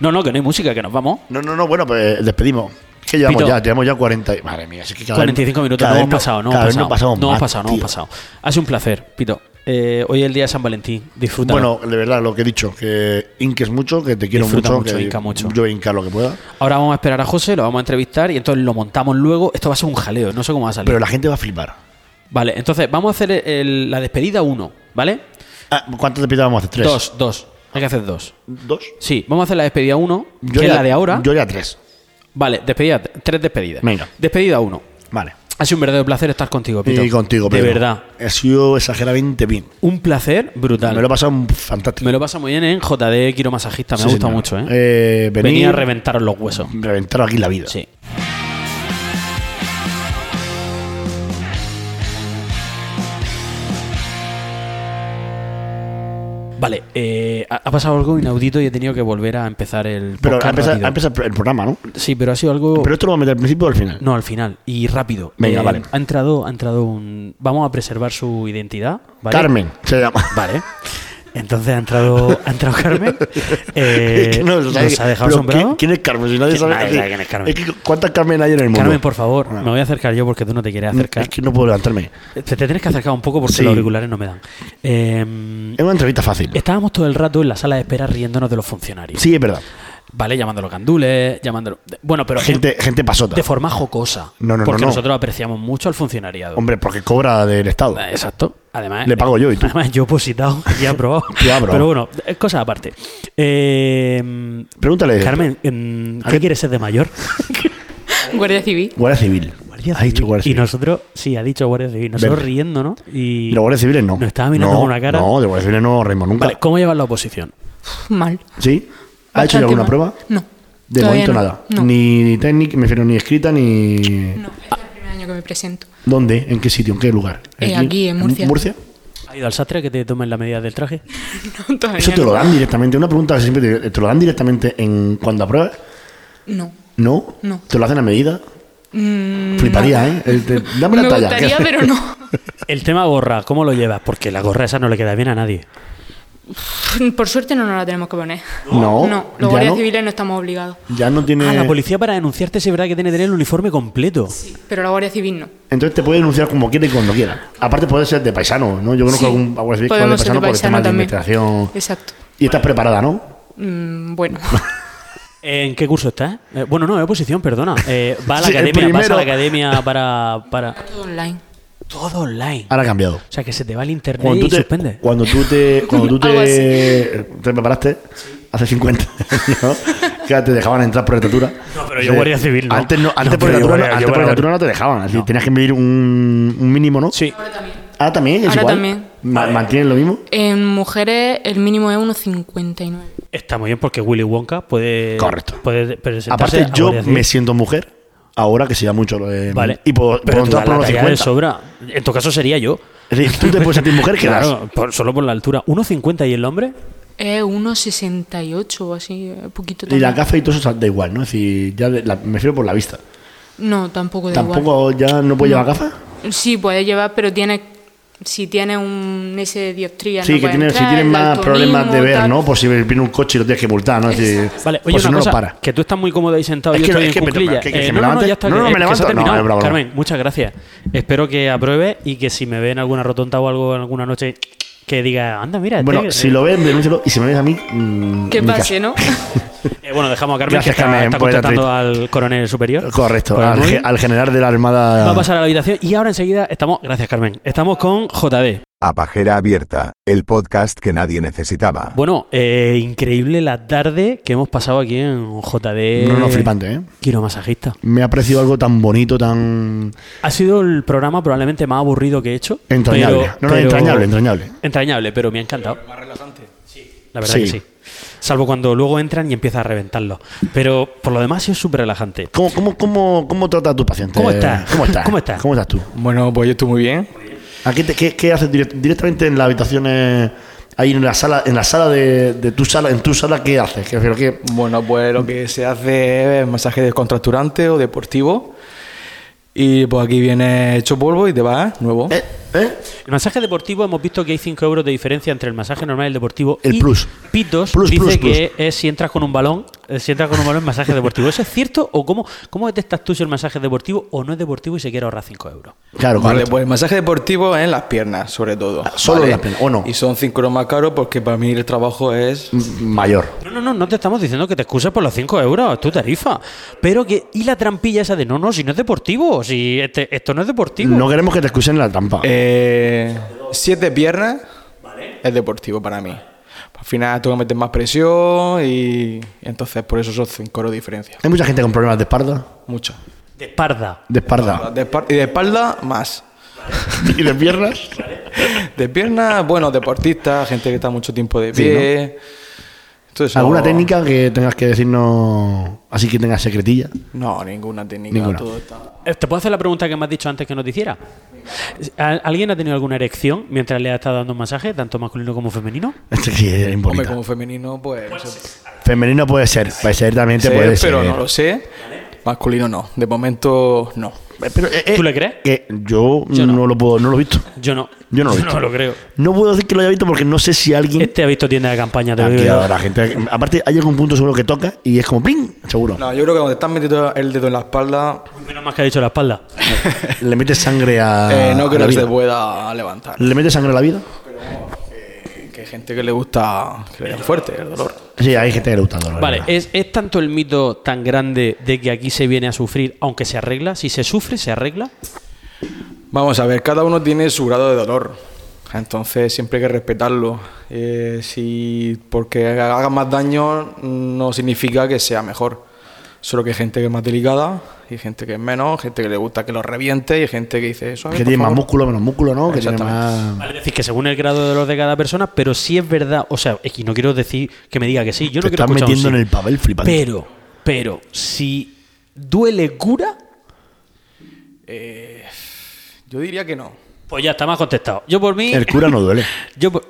Speaker 8: No, no, que no hay música, que nos vamos.
Speaker 7: No, no, no, bueno, pues despedimos. Es que llevamos
Speaker 8: Pito.
Speaker 7: ya, llevamos ya 40. y- Madre mía, es que cada
Speaker 8: 45
Speaker 7: vez-
Speaker 8: minutos,
Speaker 7: cada
Speaker 8: no
Speaker 7: vez
Speaker 8: hemos pasado, no
Speaker 7: cada
Speaker 8: hemos
Speaker 7: vez
Speaker 8: pasado.
Speaker 7: pasamos
Speaker 8: no hemos
Speaker 7: más,
Speaker 8: pasado, no
Speaker 7: tío.
Speaker 8: hemos pasado. Ha sido un placer, Pito. Eh, hoy es el día de San Valentín. Disfruta.
Speaker 7: Bueno, de verdad, lo que he dicho, que inques mucho, que te quiero
Speaker 8: Disfruta
Speaker 7: mucho,
Speaker 8: mucho,
Speaker 7: que
Speaker 8: hinca mucho.
Speaker 7: yo voy a hincar lo que pueda.
Speaker 8: Ahora vamos a esperar a José, lo vamos a entrevistar y entonces lo montamos luego. Esto va a ser un jaleo, no sé cómo va a salir.
Speaker 7: Pero la gente va a flipar.
Speaker 8: Vale, entonces vamos a hacer el- la despedida uno, ¿vale?
Speaker 7: Ah, ¿Cuántas despidas vamos a hacer? ¿Tres?
Speaker 8: Dos, dos. Hay que hacer dos.
Speaker 7: ¿Dos?
Speaker 8: Sí, vamos a hacer la despedida uno, que es la de ahora.
Speaker 7: Yo ya tres.
Speaker 8: Vale, despedida, tres despedidas.
Speaker 7: Venga.
Speaker 8: Despedida uno.
Speaker 7: Vale.
Speaker 8: Ha sido un verdadero placer estar contigo, Pito.
Speaker 7: Y contigo,
Speaker 8: De
Speaker 7: Pedro.
Speaker 8: verdad.
Speaker 7: Ha sido exageradamente bien.
Speaker 8: Un placer brutal.
Speaker 7: Me lo he pasado fantástico.
Speaker 8: Me lo pasa muy bien en JD Quiromasajista, me
Speaker 7: Sí,
Speaker 8: gusta
Speaker 7: señor.
Speaker 8: mucho, ¿eh?
Speaker 7: Eh, venid-
Speaker 8: Venía a reventar los huesos.
Speaker 7: Reventaron aquí la vida.
Speaker 8: Sí. Vale, eh, ha ha pasado algo inaudito y he tenido que volver a empezar el
Speaker 7: Pero
Speaker 8: podcast
Speaker 7: ha empezado,
Speaker 8: rápido. Uh.
Speaker 7: ha empezado el programa, ¿no?
Speaker 8: Sí, pero ha sido algo...
Speaker 7: Pero esto lo vamos a meter al principio o al final.
Speaker 8: No, al final. Y rápido. Eh,
Speaker 7: Venga, vale.
Speaker 8: Ha entrado, ha entrado un... Vamos a preservar su identidad. ¿vale?
Speaker 7: Carmen se llama.
Speaker 8: Vale. Entonces ha entrado, ha entrado Carmen. Eh,
Speaker 7: Es que no lo
Speaker 8: nos
Speaker 7: sabe.
Speaker 8: ha dejado
Speaker 7: Pero
Speaker 8: asombrados.
Speaker 7: ¿quién, quién es Carmen? Si nadie
Speaker 8: ¿Quién-
Speaker 7: sabe,
Speaker 8: nadie
Speaker 7: es que-
Speaker 8: sabe quién es Carmen.
Speaker 7: que ¿Cuántas Carmen hay en el mundo?
Speaker 8: Carmen, por favor,
Speaker 7: Bueno.
Speaker 8: me voy a acercar yo porque tú no te quieres acercar.
Speaker 7: Es que no puedo levantarme.
Speaker 8: Te, te tienes que acercar un poco porque
Speaker 7: Sí.
Speaker 8: los auriculares no me dan. Eh,
Speaker 7: Es una entrevista fácil.
Speaker 8: estábamos todo el rato en la sala de espera riéndonos de los funcionarios.
Speaker 7: Sí, es verdad.
Speaker 8: ¿Vale? Llamándolo candules, llamándolo. de- Bueno, pero.
Speaker 7: gente, gente pasota.
Speaker 8: De forma jocosa.
Speaker 7: No, no, no,
Speaker 8: porque
Speaker 7: no.
Speaker 8: nosotros apreciamos mucho al funcionariado.
Speaker 7: Hombre, porque cobra del Estado.
Speaker 8: Eh, Exacto. Además,
Speaker 7: Le pago yo y tú.
Speaker 8: Además, yo he positado y he aprobado.
Speaker 7: Tú has aprobado.
Speaker 8: Pero bueno, eh, cosas aparte. Eh,
Speaker 7: Pregúntale.
Speaker 8: Carmen, em,
Speaker 7: ¿A
Speaker 8: ¿qué
Speaker 7: qué-
Speaker 8: quieres ser de mayor?
Speaker 6: Guardia Civil.
Speaker 7: Guardia Civil.
Speaker 8: Guardia
Speaker 7: Ha dicho
Speaker 8: Civil.
Speaker 7: Guardia
Speaker 8: Y
Speaker 7: Civil.
Speaker 8: nosotros, sí, ha dicho Guardia Civil. Nosotros
Speaker 7: Verde.
Speaker 8: riéndonos y.
Speaker 7: De los Guardias Civiles no.
Speaker 8: Nos estaba mirando
Speaker 7: No,
Speaker 8: con una cara.
Speaker 7: No, de Guardia Civiles no reímos nunca.
Speaker 8: Vale, ¿cómo llevas la oposición?
Speaker 12: Mal.
Speaker 7: ¿Sí? ¿Ha hecho ya
Speaker 12: Bastante
Speaker 7: alguna
Speaker 12: mal.
Speaker 7: prueba?
Speaker 12: No.
Speaker 7: De
Speaker 12: Todavía
Speaker 7: momento
Speaker 12: no.
Speaker 7: nada.
Speaker 12: No.
Speaker 7: Ni, ni técnica, me refiero, ni escrita, ni.
Speaker 12: No, es el primer año que me presento.
Speaker 7: ¿Dónde? ¿En qué sitio? ¿En qué lugar?
Speaker 12: Eh, aquí, en Murcia.
Speaker 7: ¿Murcia?
Speaker 8: ¿Ha ido al sastre a que te tomen la medida del traje?
Speaker 12: No, todavía
Speaker 7: Eso te
Speaker 12: no.
Speaker 7: lo dan directamente. Una pregunta que siempre te, te lo dan directamente en cuando apruebas.
Speaker 12: No.
Speaker 7: ¿No?
Speaker 12: No.
Speaker 7: ¿Te lo hacen a medida?
Speaker 12: Mm,
Speaker 7: Fliparía, ¿eh? El- te- dame la
Speaker 12: me
Speaker 7: talla.
Speaker 12: gustaría,
Speaker 7: ¿qué?
Speaker 12: pero no.
Speaker 8: El tema gorra, ¿cómo lo llevas? Porque la gorra esa no le queda bien a nadie.
Speaker 12: Por suerte no nos la tenemos que poner. No,
Speaker 7: No, ya
Speaker 12: los guardias
Speaker 7: no.
Speaker 12: civiles no estamos obligados.
Speaker 7: Ya no tiene.
Speaker 8: Ah, la policía para denunciarte sí es verdad que tiene que tener el uniforme completo.
Speaker 12: Pero la Guardia Civil no.
Speaker 7: Entonces te puede denunciar como quiera y cuando quiera. Aparte, puede ser de paisano, ¿no? Yo conozco
Speaker 12: Sí,
Speaker 7: algún guardia civil que va de
Speaker 12: podemos ser de
Speaker 7: paisano por el
Speaker 12: paisano
Speaker 7: tema de
Speaker 12: también.
Speaker 7: administración.
Speaker 12: Exacto.
Speaker 7: Y estás preparada, ¿no?
Speaker 12: Mm, bueno,
Speaker 8: ¿En qué curso estás? Eh, bueno, no, es oposición, perdona. Eh, va a la
Speaker 7: Sí, el
Speaker 8: academia, pasa a la
Speaker 7: primero.
Speaker 8: academia para, para...
Speaker 12: todo online.
Speaker 8: Todo online.
Speaker 7: Ahora ha cambiado.
Speaker 8: O sea, que se te va el internet
Speaker 7: Cuando
Speaker 8: y
Speaker 7: tú, te,
Speaker 8: suspende.
Speaker 7: cuando tú te cuando tú
Speaker 12: Algo
Speaker 7: te, te preparaste hace 50 años que te dejaban entrar por estatura
Speaker 8: No, pero yo guardia civil no.
Speaker 7: antes no antes
Speaker 8: No,
Speaker 7: por
Speaker 8: pero yo
Speaker 7: estatura no,
Speaker 8: guardia- yo
Speaker 7: antes por
Speaker 8: guardia-
Speaker 7: estatura no te dejaban así tenías que medir un, un mínimo no
Speaker 8: Sí.
Speaker 7: ahora también es
Speaker 12: Ahora
Speaker 7: igual
Speaker 12: también.
Speaker 7: Ma- mantienen lo mismo
Speaker 12: En mujeres el mínimo es 1,59.
Speaker 8: Está muy bien porque Willy Wonka puede...
Speaker 7: Correcto.
Speaker 8: Puede presentarse
Speaker 7: aparte
Speaker 8: a
Speaker 7: yo
Speaker 8: Guardia Civil.
Speaker 7: me siento mujer ahora que se da mucho lo de
Speaker 8: Vale.
Speaker 7: y por, por
Speaker 8: pero tú
Speaker 7: entrar
Speaker 8: das
Speaker 7: por
Speaker 8: la
Speaker 7: los
Speaker 8: talla de
Speaker 7: 50
Speaker 8: sobra. En tu caso sería yo.
Speaker 7: Es decir, tú te puedes sentir mujer que das
Speaker 8: Claro, por- solo por la altura. 1,50 y el hombre.
Speaker 12: Es 1,68 o así, eh, poquito
Speaker 7: y
Speaker 12: también.
Speaker 7: la gafa y todo eso da igual no es decir ya de- la- me refiero por la vista
Speaker 12: No, tampoco da Pues igual.
Speaker 7: tampoco ya no puedo llevar gafas
Speaker 12: Sí, puedes llevar, pero tiene, si tiene un ese de dioptría.
Speaker 7: Sí,
Speaker 12: no
Speaker 7: que
Speaker 12: puede
Speaker 7: tienen, si
Speaker 12: entrar,
Speaker 7: tienen
Speaker 12: el
Speaker 7: más problemas de
Speaker 12: daltonismo,
Speaker 7: ver,
Speaker 12: tal.
Speaker 7: ¿no? Por si viene un coche y lo tienes que multar, ¿no? Es decir,
Speaker 8: Vale, oye,
Speaker 7: por Pues si
Speaker 8: una
Speaker 7: no
Speaker 8: cosa, este,
Speaker 7: lo para.
Speaker 8: que tú estás muy cómodo ahí sentado,
Speaker 7: Es
Speaker 8: yo
Speaker 7: que no- es
Speaker 8: estoy en
Speaker 7: que me-
Speaker 8: cuclillas.
Speaker 7: que- que me
Speaker 8: Eh, no, no, no,
Speaker 7: levante.
Speaker 8: ya está,
Speaker 7: No,
Speaker 8: que-
Speaker 7: no, me
Speaker 8: que se ha
Speaker 7: levanto. No,
Speaker 8: terminado.
Speaker 7: es broma, broma.
Speaker 8: Carmen, muchas gracias. Espero que apruebe y que si me ven alguna rotonta o algo en alguna noche, que diga, anda, mira.
Speaker 7: Bueno,
Speaker 8: este-
Speaker 7: si lo ves, denúncialo. Y si me ves a mí, mm,
Speaker 12: Que
Speaker 7: ni
Speaker 12: pase,
Speaker 7: caso.
Speaker 12: ¿no?
Speaker 8: Eh, bueno, dejamos a Carmen,
Speaker 7: Gracias,
Speaker 8: que está,
Speaker 7: Carmen, pues
Speaker 8: está
Speaker 7: por la
Speaker 8: contestando al coronel superior. Pues
Speaker 7: Correcto,
Speaker 8: Por el
Speaker 7: al,
Speaker 8: móvil.
Speaker 7: ge- al general de la Armada.
Speaker 8: Va a pasar a la habitación y ahora enseguida estamos, gracias Carmen, estamos con JD.
Speaker 9: A Pajera Abierta, el podcast que nadie necesitaba.
Speaker 8: Bueno, eh, increíble la tarde que hemos pasado aquí en JD.
Speaker 7: No, no, flipante, ¿eh?
Speaker 8: Quiromasajista.
Speaker 7: Me ha parecido algo tan bonito, tan.
Speaker 8: Ha sido el programa probablemente más aburrido que he hecho.
Speaker 7: Entrañable.
Speaker 8: pero-
Speaker 7: No, no,
Speaker 8: pero-
Speaker 7: entrañable, entrañable.
Speaker 8: Entrañable, pero me ha encantado. La verdad
Speaker 7: Sí.
Speaker 8: que sí. Salvo cuando luego entran y empieza a reventarlo. Pero por lo demás ha sido súper relajante.
Speaker 7: ¿Cómo, cómo, cómo, cómo trata a tu paciente?
Speaker 8: ¿Cómo estás?
Speaker 7: ¿Cómo estás?
Speaker 8: ¿Cómo estás?
Speaker 7: ¿Cómo estás tú?
Speaker 13: Bueno, pues yo estoy muy bien.
Speaker 7: ¿A qué, te- qué- qué haces direct- directamente en las habitaciones? Ahí en la sala, en la sala de, de tu sala, en tu sala, ¿qué haces? Que, pero que,
Speaker 13: Bueno, pues lo que se hace es masaje descontracturante o deportivo. Y pues aquí viene hecho polvo y te vas, nuevo.
Speaker 7: ¿Eh?
Speaker 8: El masaje deportivo hemos visto que hay 5 euros de diferencia entre el masaje normal y el deportivo.
Speaker 13: El
Speaker 8: y
Speaker 13: plus.
Speaker 8: Pitos
Speaker 13: Plus,
Speaker 8: dice
Speaker 13: plus, plus.
Speaker 8: que es si entras con un balón, eh, si entras con un balón masaje deportivo. ¿Eso es cierto? ¿O cómo, cómo detectas tú si el masaje es deportivo o no es deportivo y se quiere ahorrar 5 euros?
Speaker 7: Claro,
Speaker 13: Vale,
Speaker 7: correcto.
Speaker 13: pues el masaje deportivo es en las piernas, sobre todo.
Speaker 7: solo
Speaker 13: ¿vale?
Speaker 7: en las piernas, ¿o no?
Speaker 13: Y son 5 euros más caros porque para mí el trabajo es.
Speaker 7: Mayor.
Speaker 8: No, no, no, no te estamos diciendo que te excuses por los 5 euros, es tu tarifa. Pero que, y la trampilla esa de no, no, si no es deportivo, si este- esto no es deportivo.
Speaker 7: No queremos que te excusen la trampa.
Speaker 13: Eh, siete piernas es deportivo para mí. Al final tengo que meter más presión y entonces por eso son 5 euros de diferencia.
Speaker 7: Hay mucha gente con problemas de espalda.
Speaker 13: Mucho.
Speaker 8: De espalda.
Speaker 7: De espalda.
Speaker 13: De espal- y de espalda, más.
Speaker 7: ¿Y de piernas?
Speaker 13: De piernas, bueno, deportistas, gente que está mucho tiempo de
Speaker 7: Sí,
Speaker 13: pie. Entonces,
Speaker 7: ¿Alguna
Speaker 13: no-
Speaker 7: técnica que tengas que decirnos así que tengas secretilla?
Speaker 13: No, ninguna técnica.
Speaker 7: Ninguna.
Speaker 13: Todo está.
Speaker 8: Eh, ¿Te puedo hacer la pregunta que me has dicho antes que nos te hiciera? ¿Al- ¿Alguien ha tenido alguna erección mientras le ha estado dando un masaje, tanto masculino como femenino?
Speaker 7: Sí, es
Speaker 13: Hombre,
Speaker 7: bonita.
Speaker 13: como femenino, pues. no sé.
Speaker 7: Femenino puede ser, puede ser también, te
Speaker 13: Sé,
Speaker 7: puede ser.
Speaker 13: pero no lo sé. Masculino no. De momento, no.
Speaker 7: Eh,
Speaker 13: Eh.
Speaker 8: ¿Tú le crees?
Speaker 7: Que yo, no. lo puedo, no lo he visto.
Speaker 8: Yo no.
Speaker 7: Yo no lo he
Speaker 8: Yo
Speaker 7: visto.
Speaker 8: no lo creo.
Speaker 7: No puedo decir que lo haya visto porque no sé si alguien.
Speaker 13: Eh,
Speaker 8: Este ha visto tienda de campaña de
Speaker 7: Aquí
Speaker 8: bebida.
Speaker 7: ahora, gente. Aparte, hay algún punto seguro que toca y es como ¡pling! Seguro.
Speaker 13: No, yo creo que cuando te estás metiendo el dedo en la espalda,
Speaker 8: Menos más que ha dicho la espalda.
Speaker 7: Le metes sangre a.
Speaker 13: eh, no
Speaker 7: Ah, a
Speaker 13: creo
Speaker 7: la
Speaker 13: que se
Speaker 7: vida.
Speaker 13: pueda levantar.
Speaker 7: ¿Le metes sangre a la vida?
Speaker 13: Que hay gente que le gusta que le den fuerte el dolor.
Speaker 7: Sí, hay gente que le gusta el dolor.
Speaker 8: Vale, eh, ¿es, ¿es tanto el mito tan grande de que aquí se viene a sufrir, aunque se arregla? Si se sufre, se arregla.
Speaker 13: Vamos a ver, cada uno tiene su grado de dolor. Entonces siempre hay que respetarlo. Eh, si porque haga más daño no significa que sea mejor. Solo que hay gente que es más delicada y gente que es menos, gente que le gusta que lo reviente y gente que dice eso.
Speaker 7: Que tiene más músculo, menos músculo, ¿no? Que tiene más.
Speaker 8: Vale, es decir, que según el grado de dolor de cada persona, pero si es verdad, o sea, es que no quiero decir que me diga que sí, yo
Speaker 7: te
Speaker 8: no quiero
Speaker 7: estás
Speaker 8: escuchar un
Speaker 7: metiendo en
Speaker 8: sí.
Speaker 7: el papel flipante.
Speaker 8: Pero, pero, si duele cura,
Speaker 13: Eh, Yo diría que no.
Speaker 8: pues ya está más contestado. Yo por mí.
Speaker 7: El cura no duele.
Speaker 8: Yo por,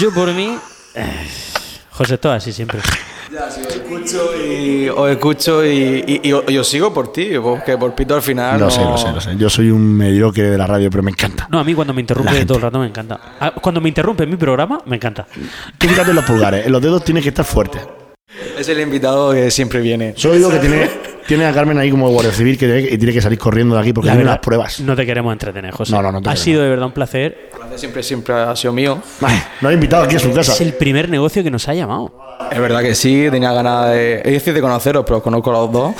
Speaker 8: yo por mí. eh, José, todo así siempre.
Speaker 13: Y os escucho y, y- y os- y os sigo por ti, porque por Pito al final.
Speaker 7: Lo sé, lo sé, lo sé. Yo soy un mediocre de la radio, pero me encanta.
Speaker 8: No, a mí cuando me interrumpe todo el rato me encanta. Ah, Cuando me interrumpe en mi programa, me encanta.
Speaker 7: Tú fíjate en los pulgares. En los dedos tienes que estar fuerte.
Speaker 13: Es el invitado que siempre viene.
Speaker 7: Solo digo que tiene, tiene a Carmen ahí como guardia civil que tiene, y tiene que salir corriendo de aquí porque
Speaker 8: La
Speaker 7: vienen
Speaker 8: verdad,
Speaker 7: las pruebas.
Speaker 8: No te queremos entretener, José.
Speaker 7: No, no, no te
Speaker 8: Ha
Speaker 7: queremos.
Speaker 8: sido de verdad un placer.
Speaker 13: Siempre, siempre ha sido mío.
Speaker 7: No ha invitado aquí a su casa.
Speaker 8: Es el primer negocio que nos ha llamado.
Speaker 13: Es verdad que sí, tenía ganas de. Es decir, de conoceros, pero os conozco a los dos.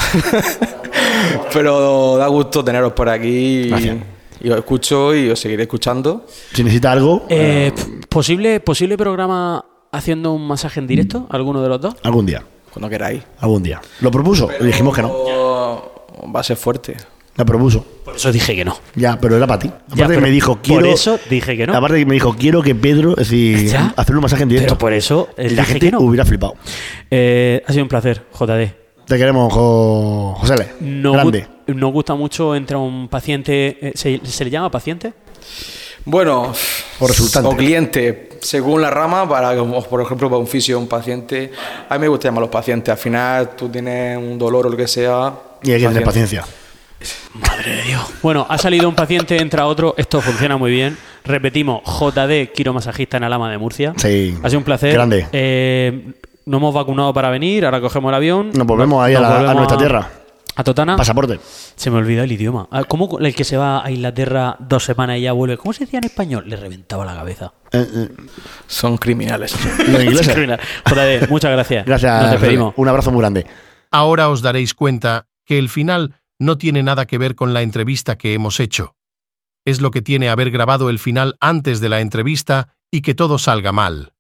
Speaker 13: pero da gusto teneros por aquí.
Speaker 7: Gracias.
Speaker 13: Y os escucho y os seguiré escuchando.
Speaker 7: Si necesita algo,
Speaker 8: Eh, pf, ¿posible, ¿Posible programa haciendo un masaje en directo? ¿Alguno de los dos?
Speaker 7: algún día.
Speaker 13: Cuando queráis.
Speaker 7: Algún día. Lo propuso y dijimos que no.
Speaker 13: O- Va a ser fuerte.
Speaker 7: Lo propuso.
Speaker 8: Por eso dije que no.
Speaker 7: Ya, pero era para ti. Aparte que
Speaker 8: pero
Speaker 7: me dijo,
Speaker 8: por
Speaker 7: quiero.
Speaker 8: eso dije que no.
Speaker 7: Aparte que me dijo, quiero que Pedro, es decir,
Speaker 8: Ya.
Speaker 7: hacer un masaje en directo.
Speaker 8: Pero por eso eh,
Speaker 7: Y la
Speaker 8: dije
Speaker 7: gente
Speaker 8: que no.
Speaker 7: hubiera flipado.
Speaker 8: Eh, ha sido un placer, JD.
Speaker 7: Te queremos, Jo- José Le.
Speaker 8: No
Speaker 7: Grande.
Speaker 8: gu- Nos gusta mucho entre un paciente. eh, ¿se, se le llama paciente?
Speaker 13: Bueno,
Speaker 7: O resultante.
Speaker 13: o cliente, según la rama, para como, por ejemplo para un fisio, un paciente. A mí me gusta llamar a los pacientes. Al final tú tienes un dolor o lo que sea.
Speaker 7: Y hay que tener
Speaker 13: paciente.
Speaker 7: paciencia.
Speaker 8: Bueno, ha salido un paciente, entra otro. Esto funciona muy bien. Repetimos, JD, quiromasajista en Alama de Murcia.
Speaker 7: Sí.
Speaker 8: Ha sido un placer.
Speaker 7: Grande.
Speaker 8: Eh, no hemos vacunado para venir, ahora cogemos el avión.
Speaker 7: Nos volvemos ahí a la- a nuestra tierra.
Speaker 8: A Totana.
Speaker 7: Pasaporte.
Speaker 8: Se me olvidó el idioma. Ah, ¿Cómo el que se va a Inglaterra dos semanas y ya vuelve? ¿Cómo se decía en español? Le reventaba la cabeza.
Speaker 7: Eh, eh,
Speaker 13: Son criminales.
Speaker 7: los ingleses.
Speaker 8: Es criminal. JD, muchas gracias.
Speaker 7: Gracias.
Speaker 8: Nos
Speaker 7: José
Speaker 8: despedimos.
Speaker 7: Le. Un abrazo muy grande.
Speaker 14: Ahora os daréis cuenta que el final no tiene nada que ver con la entrevista que hemos hecho. es lo que tiene haber grabado el final antes de la entrevista y que todo salga mal.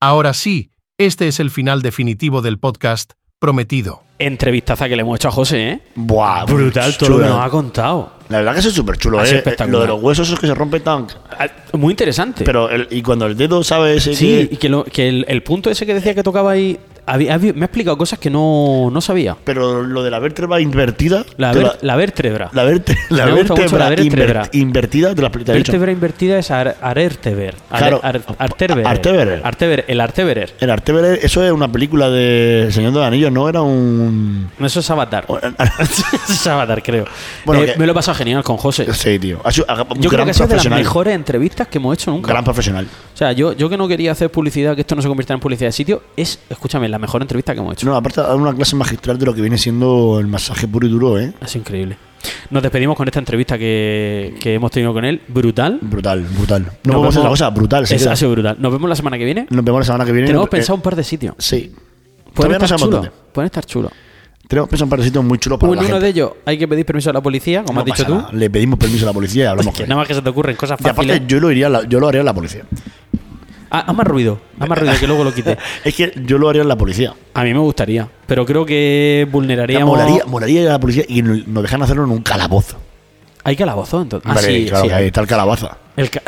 Speaker 14: Ahora sí, este es el final definitivo del podcast prometido.
Speaker 8: Entrevistaza que le hemos hecho a José, ¿eh?
Speaker 7: Buah,
Speaker 8: Brutal todo lo que nos ha contado.
Speaker 7: La verdad que eso es súper chulo,
Speaker 8: Ha sido
Speaker 7: ¿eh?
Speaker 8: Ah, espectacular.
Speaker 7: Lo de los huesos esos que se rompen tan.
Speaker 8: Ah, Muy interesante.
Speaker 7: Pero el- y cuando el dedo sabe ese
Speaker 8: Sí,
Speaker 7: que-
Speaker 8: y que, lo- que el, el punto ese que decía que tocaba ahí. había- había- me ha explicado cosas que no, no sabía.
Speaker 7: Pero lo de la vértebra invertida.
Speaker 8: La,
Speaker 7: te
Speaker 8: ver-
Speaker 7: la-
Speaker 8: la vértebra.
Speaker 7: la verte- la
Speaker 8: Me gusta mucho
Speaker 7: vértebra,
Speaker 8: la vértebra.
Speaker 7: inver- invertida te la te la he dicho.
Speaker 8: Vértebra invertida es ar- arérteber.
Speaker 7: Claro.
Speaker 8: Arterber.
Speaker 7: Arterberer.
Speaker 8: El arterberer.
Speaker 7: El Arteberer, eso es una película de El Señor de los Anillos, no era un.
Speaker 8: Eso es Avatar. Eso es Avatar, creo.
Speaker 7: Bueno,
Speaker 8: Eh,
Speaker 7: que-
Speaker 8: me lo he pasado genial con José.
Speaker 7: Sí, tío. Ha sido un
Speaker 8: Yo
Speaker 7: gran
Speaker 8: creo que ha sido de las
Speaker 7: profesional.
Speaker 8: mejores entrevistas que hemos hecho nunca.
Speaker 7: Gran profesional.
Speaker 8: O sea, yo, yo que no quería hacer publicidad, que esto no se convierta en publicidad de sitio, es, escúchame, la mejor entrevista que hemos hecho.
Speaker 7: No, aparte ha dado una clase magistral de lo que viene siendo el masaje puro y duro, ¿eh?
Speaker 8: Es increíble. Nos despedimos con esta entrevista que, que hemos tenido con él. Brutal.
Speaker 7: Brutal, brutal. No
Speaker 8: Nos
Speaker 7: podemos hacer
Speaker 8: vemos-
Speaker 7: otra cosa, brutal. se
Speaker 8: Es-
Speaker 7: queda.
Speaker 8: ha sido brutal. Nos vemos la semana que viene.
Speaker 7: Nos vemos la semana que viene.
Speaker 8: Tenemos
Speaker 7: Eh,
Speaker 8: pensado un par de sitios.
Speaker 7: Sí.
Speaker 8: Pueden
Speaker 7: Todavía no
Speaker 8: estar
Speaker 7: sabemos
Speaker 8: chulos.
Speaker 7: dónde.
Speaker 8: Pueden estar chulos.
Speaker 7: Tenemos pensado un par de sitios muy chulos para
Speaker 8: Uno,
Speaker 7: la gente.
Speaker 8: de ellos hay que pedir permiso a la policía, como
Speaker 7: No
Speaker 8: has dicho
Speaker 7: pasa
Speaker 8: tú.
Speaker 7: nada. Le pedimos permiso a la policía y hablamos
Speaker 8: Que
Speaker 7: con
Speaker 8: nada más que se te ocurren cosas
Speaker 7: Y
Speaker 8: fáciles.
Speaker 7: aparte, yo lo, iría a la- yo lo haría en la policía.
Speaker 8: Ah, haz más ruido. Haz más ruido que luego lo quite.
Speaker 7: es que yo lo haría en la policía.
Speaker 8: A mí me gustaría. Pero creo que vulneraríamos.
Speaker 7: Molaría, molaría ir a la policía y no- nos dejan hacerlo en un calabozo.
Speaker 8: Hay calabozo entonces. Ah,
Speaker 7: Hombre,
Speaker 8: sí,
Speaker 7: claro
Speaker 8: sí,
Speaker 7: que
Speaker 8: hay.
Speaker 7: ahí está el calabaza.
Speaker 8: El ca-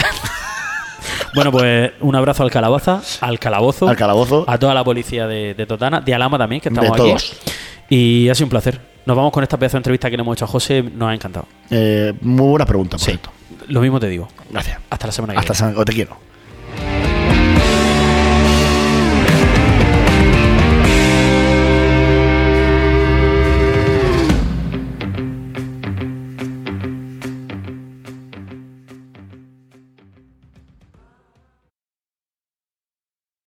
Speaker 8: bueno, pues un abrazo al calabaza, al calabozo,
Speaker 7: Al calabozo.
Speaker 8: a toda la policía de, de Totana, de Alama también, que estamos
Speaker 7: De todos.
Speaker 8: aquí. Y ha sido un placer. Nos vamos con esta pedazo de entrevista que le hemos hecho a José, nos ha encantado.
Speaker 7: Eh, muy buena pregunta, por cierto.
Speaker 8: Lo mismo te digo.
Speaker 7: Gracias.
Speaker 8: Hasta la semana que
Speaker 7: Hasta
Speaker 8: viene.
Speaker 7: San... o te quiero.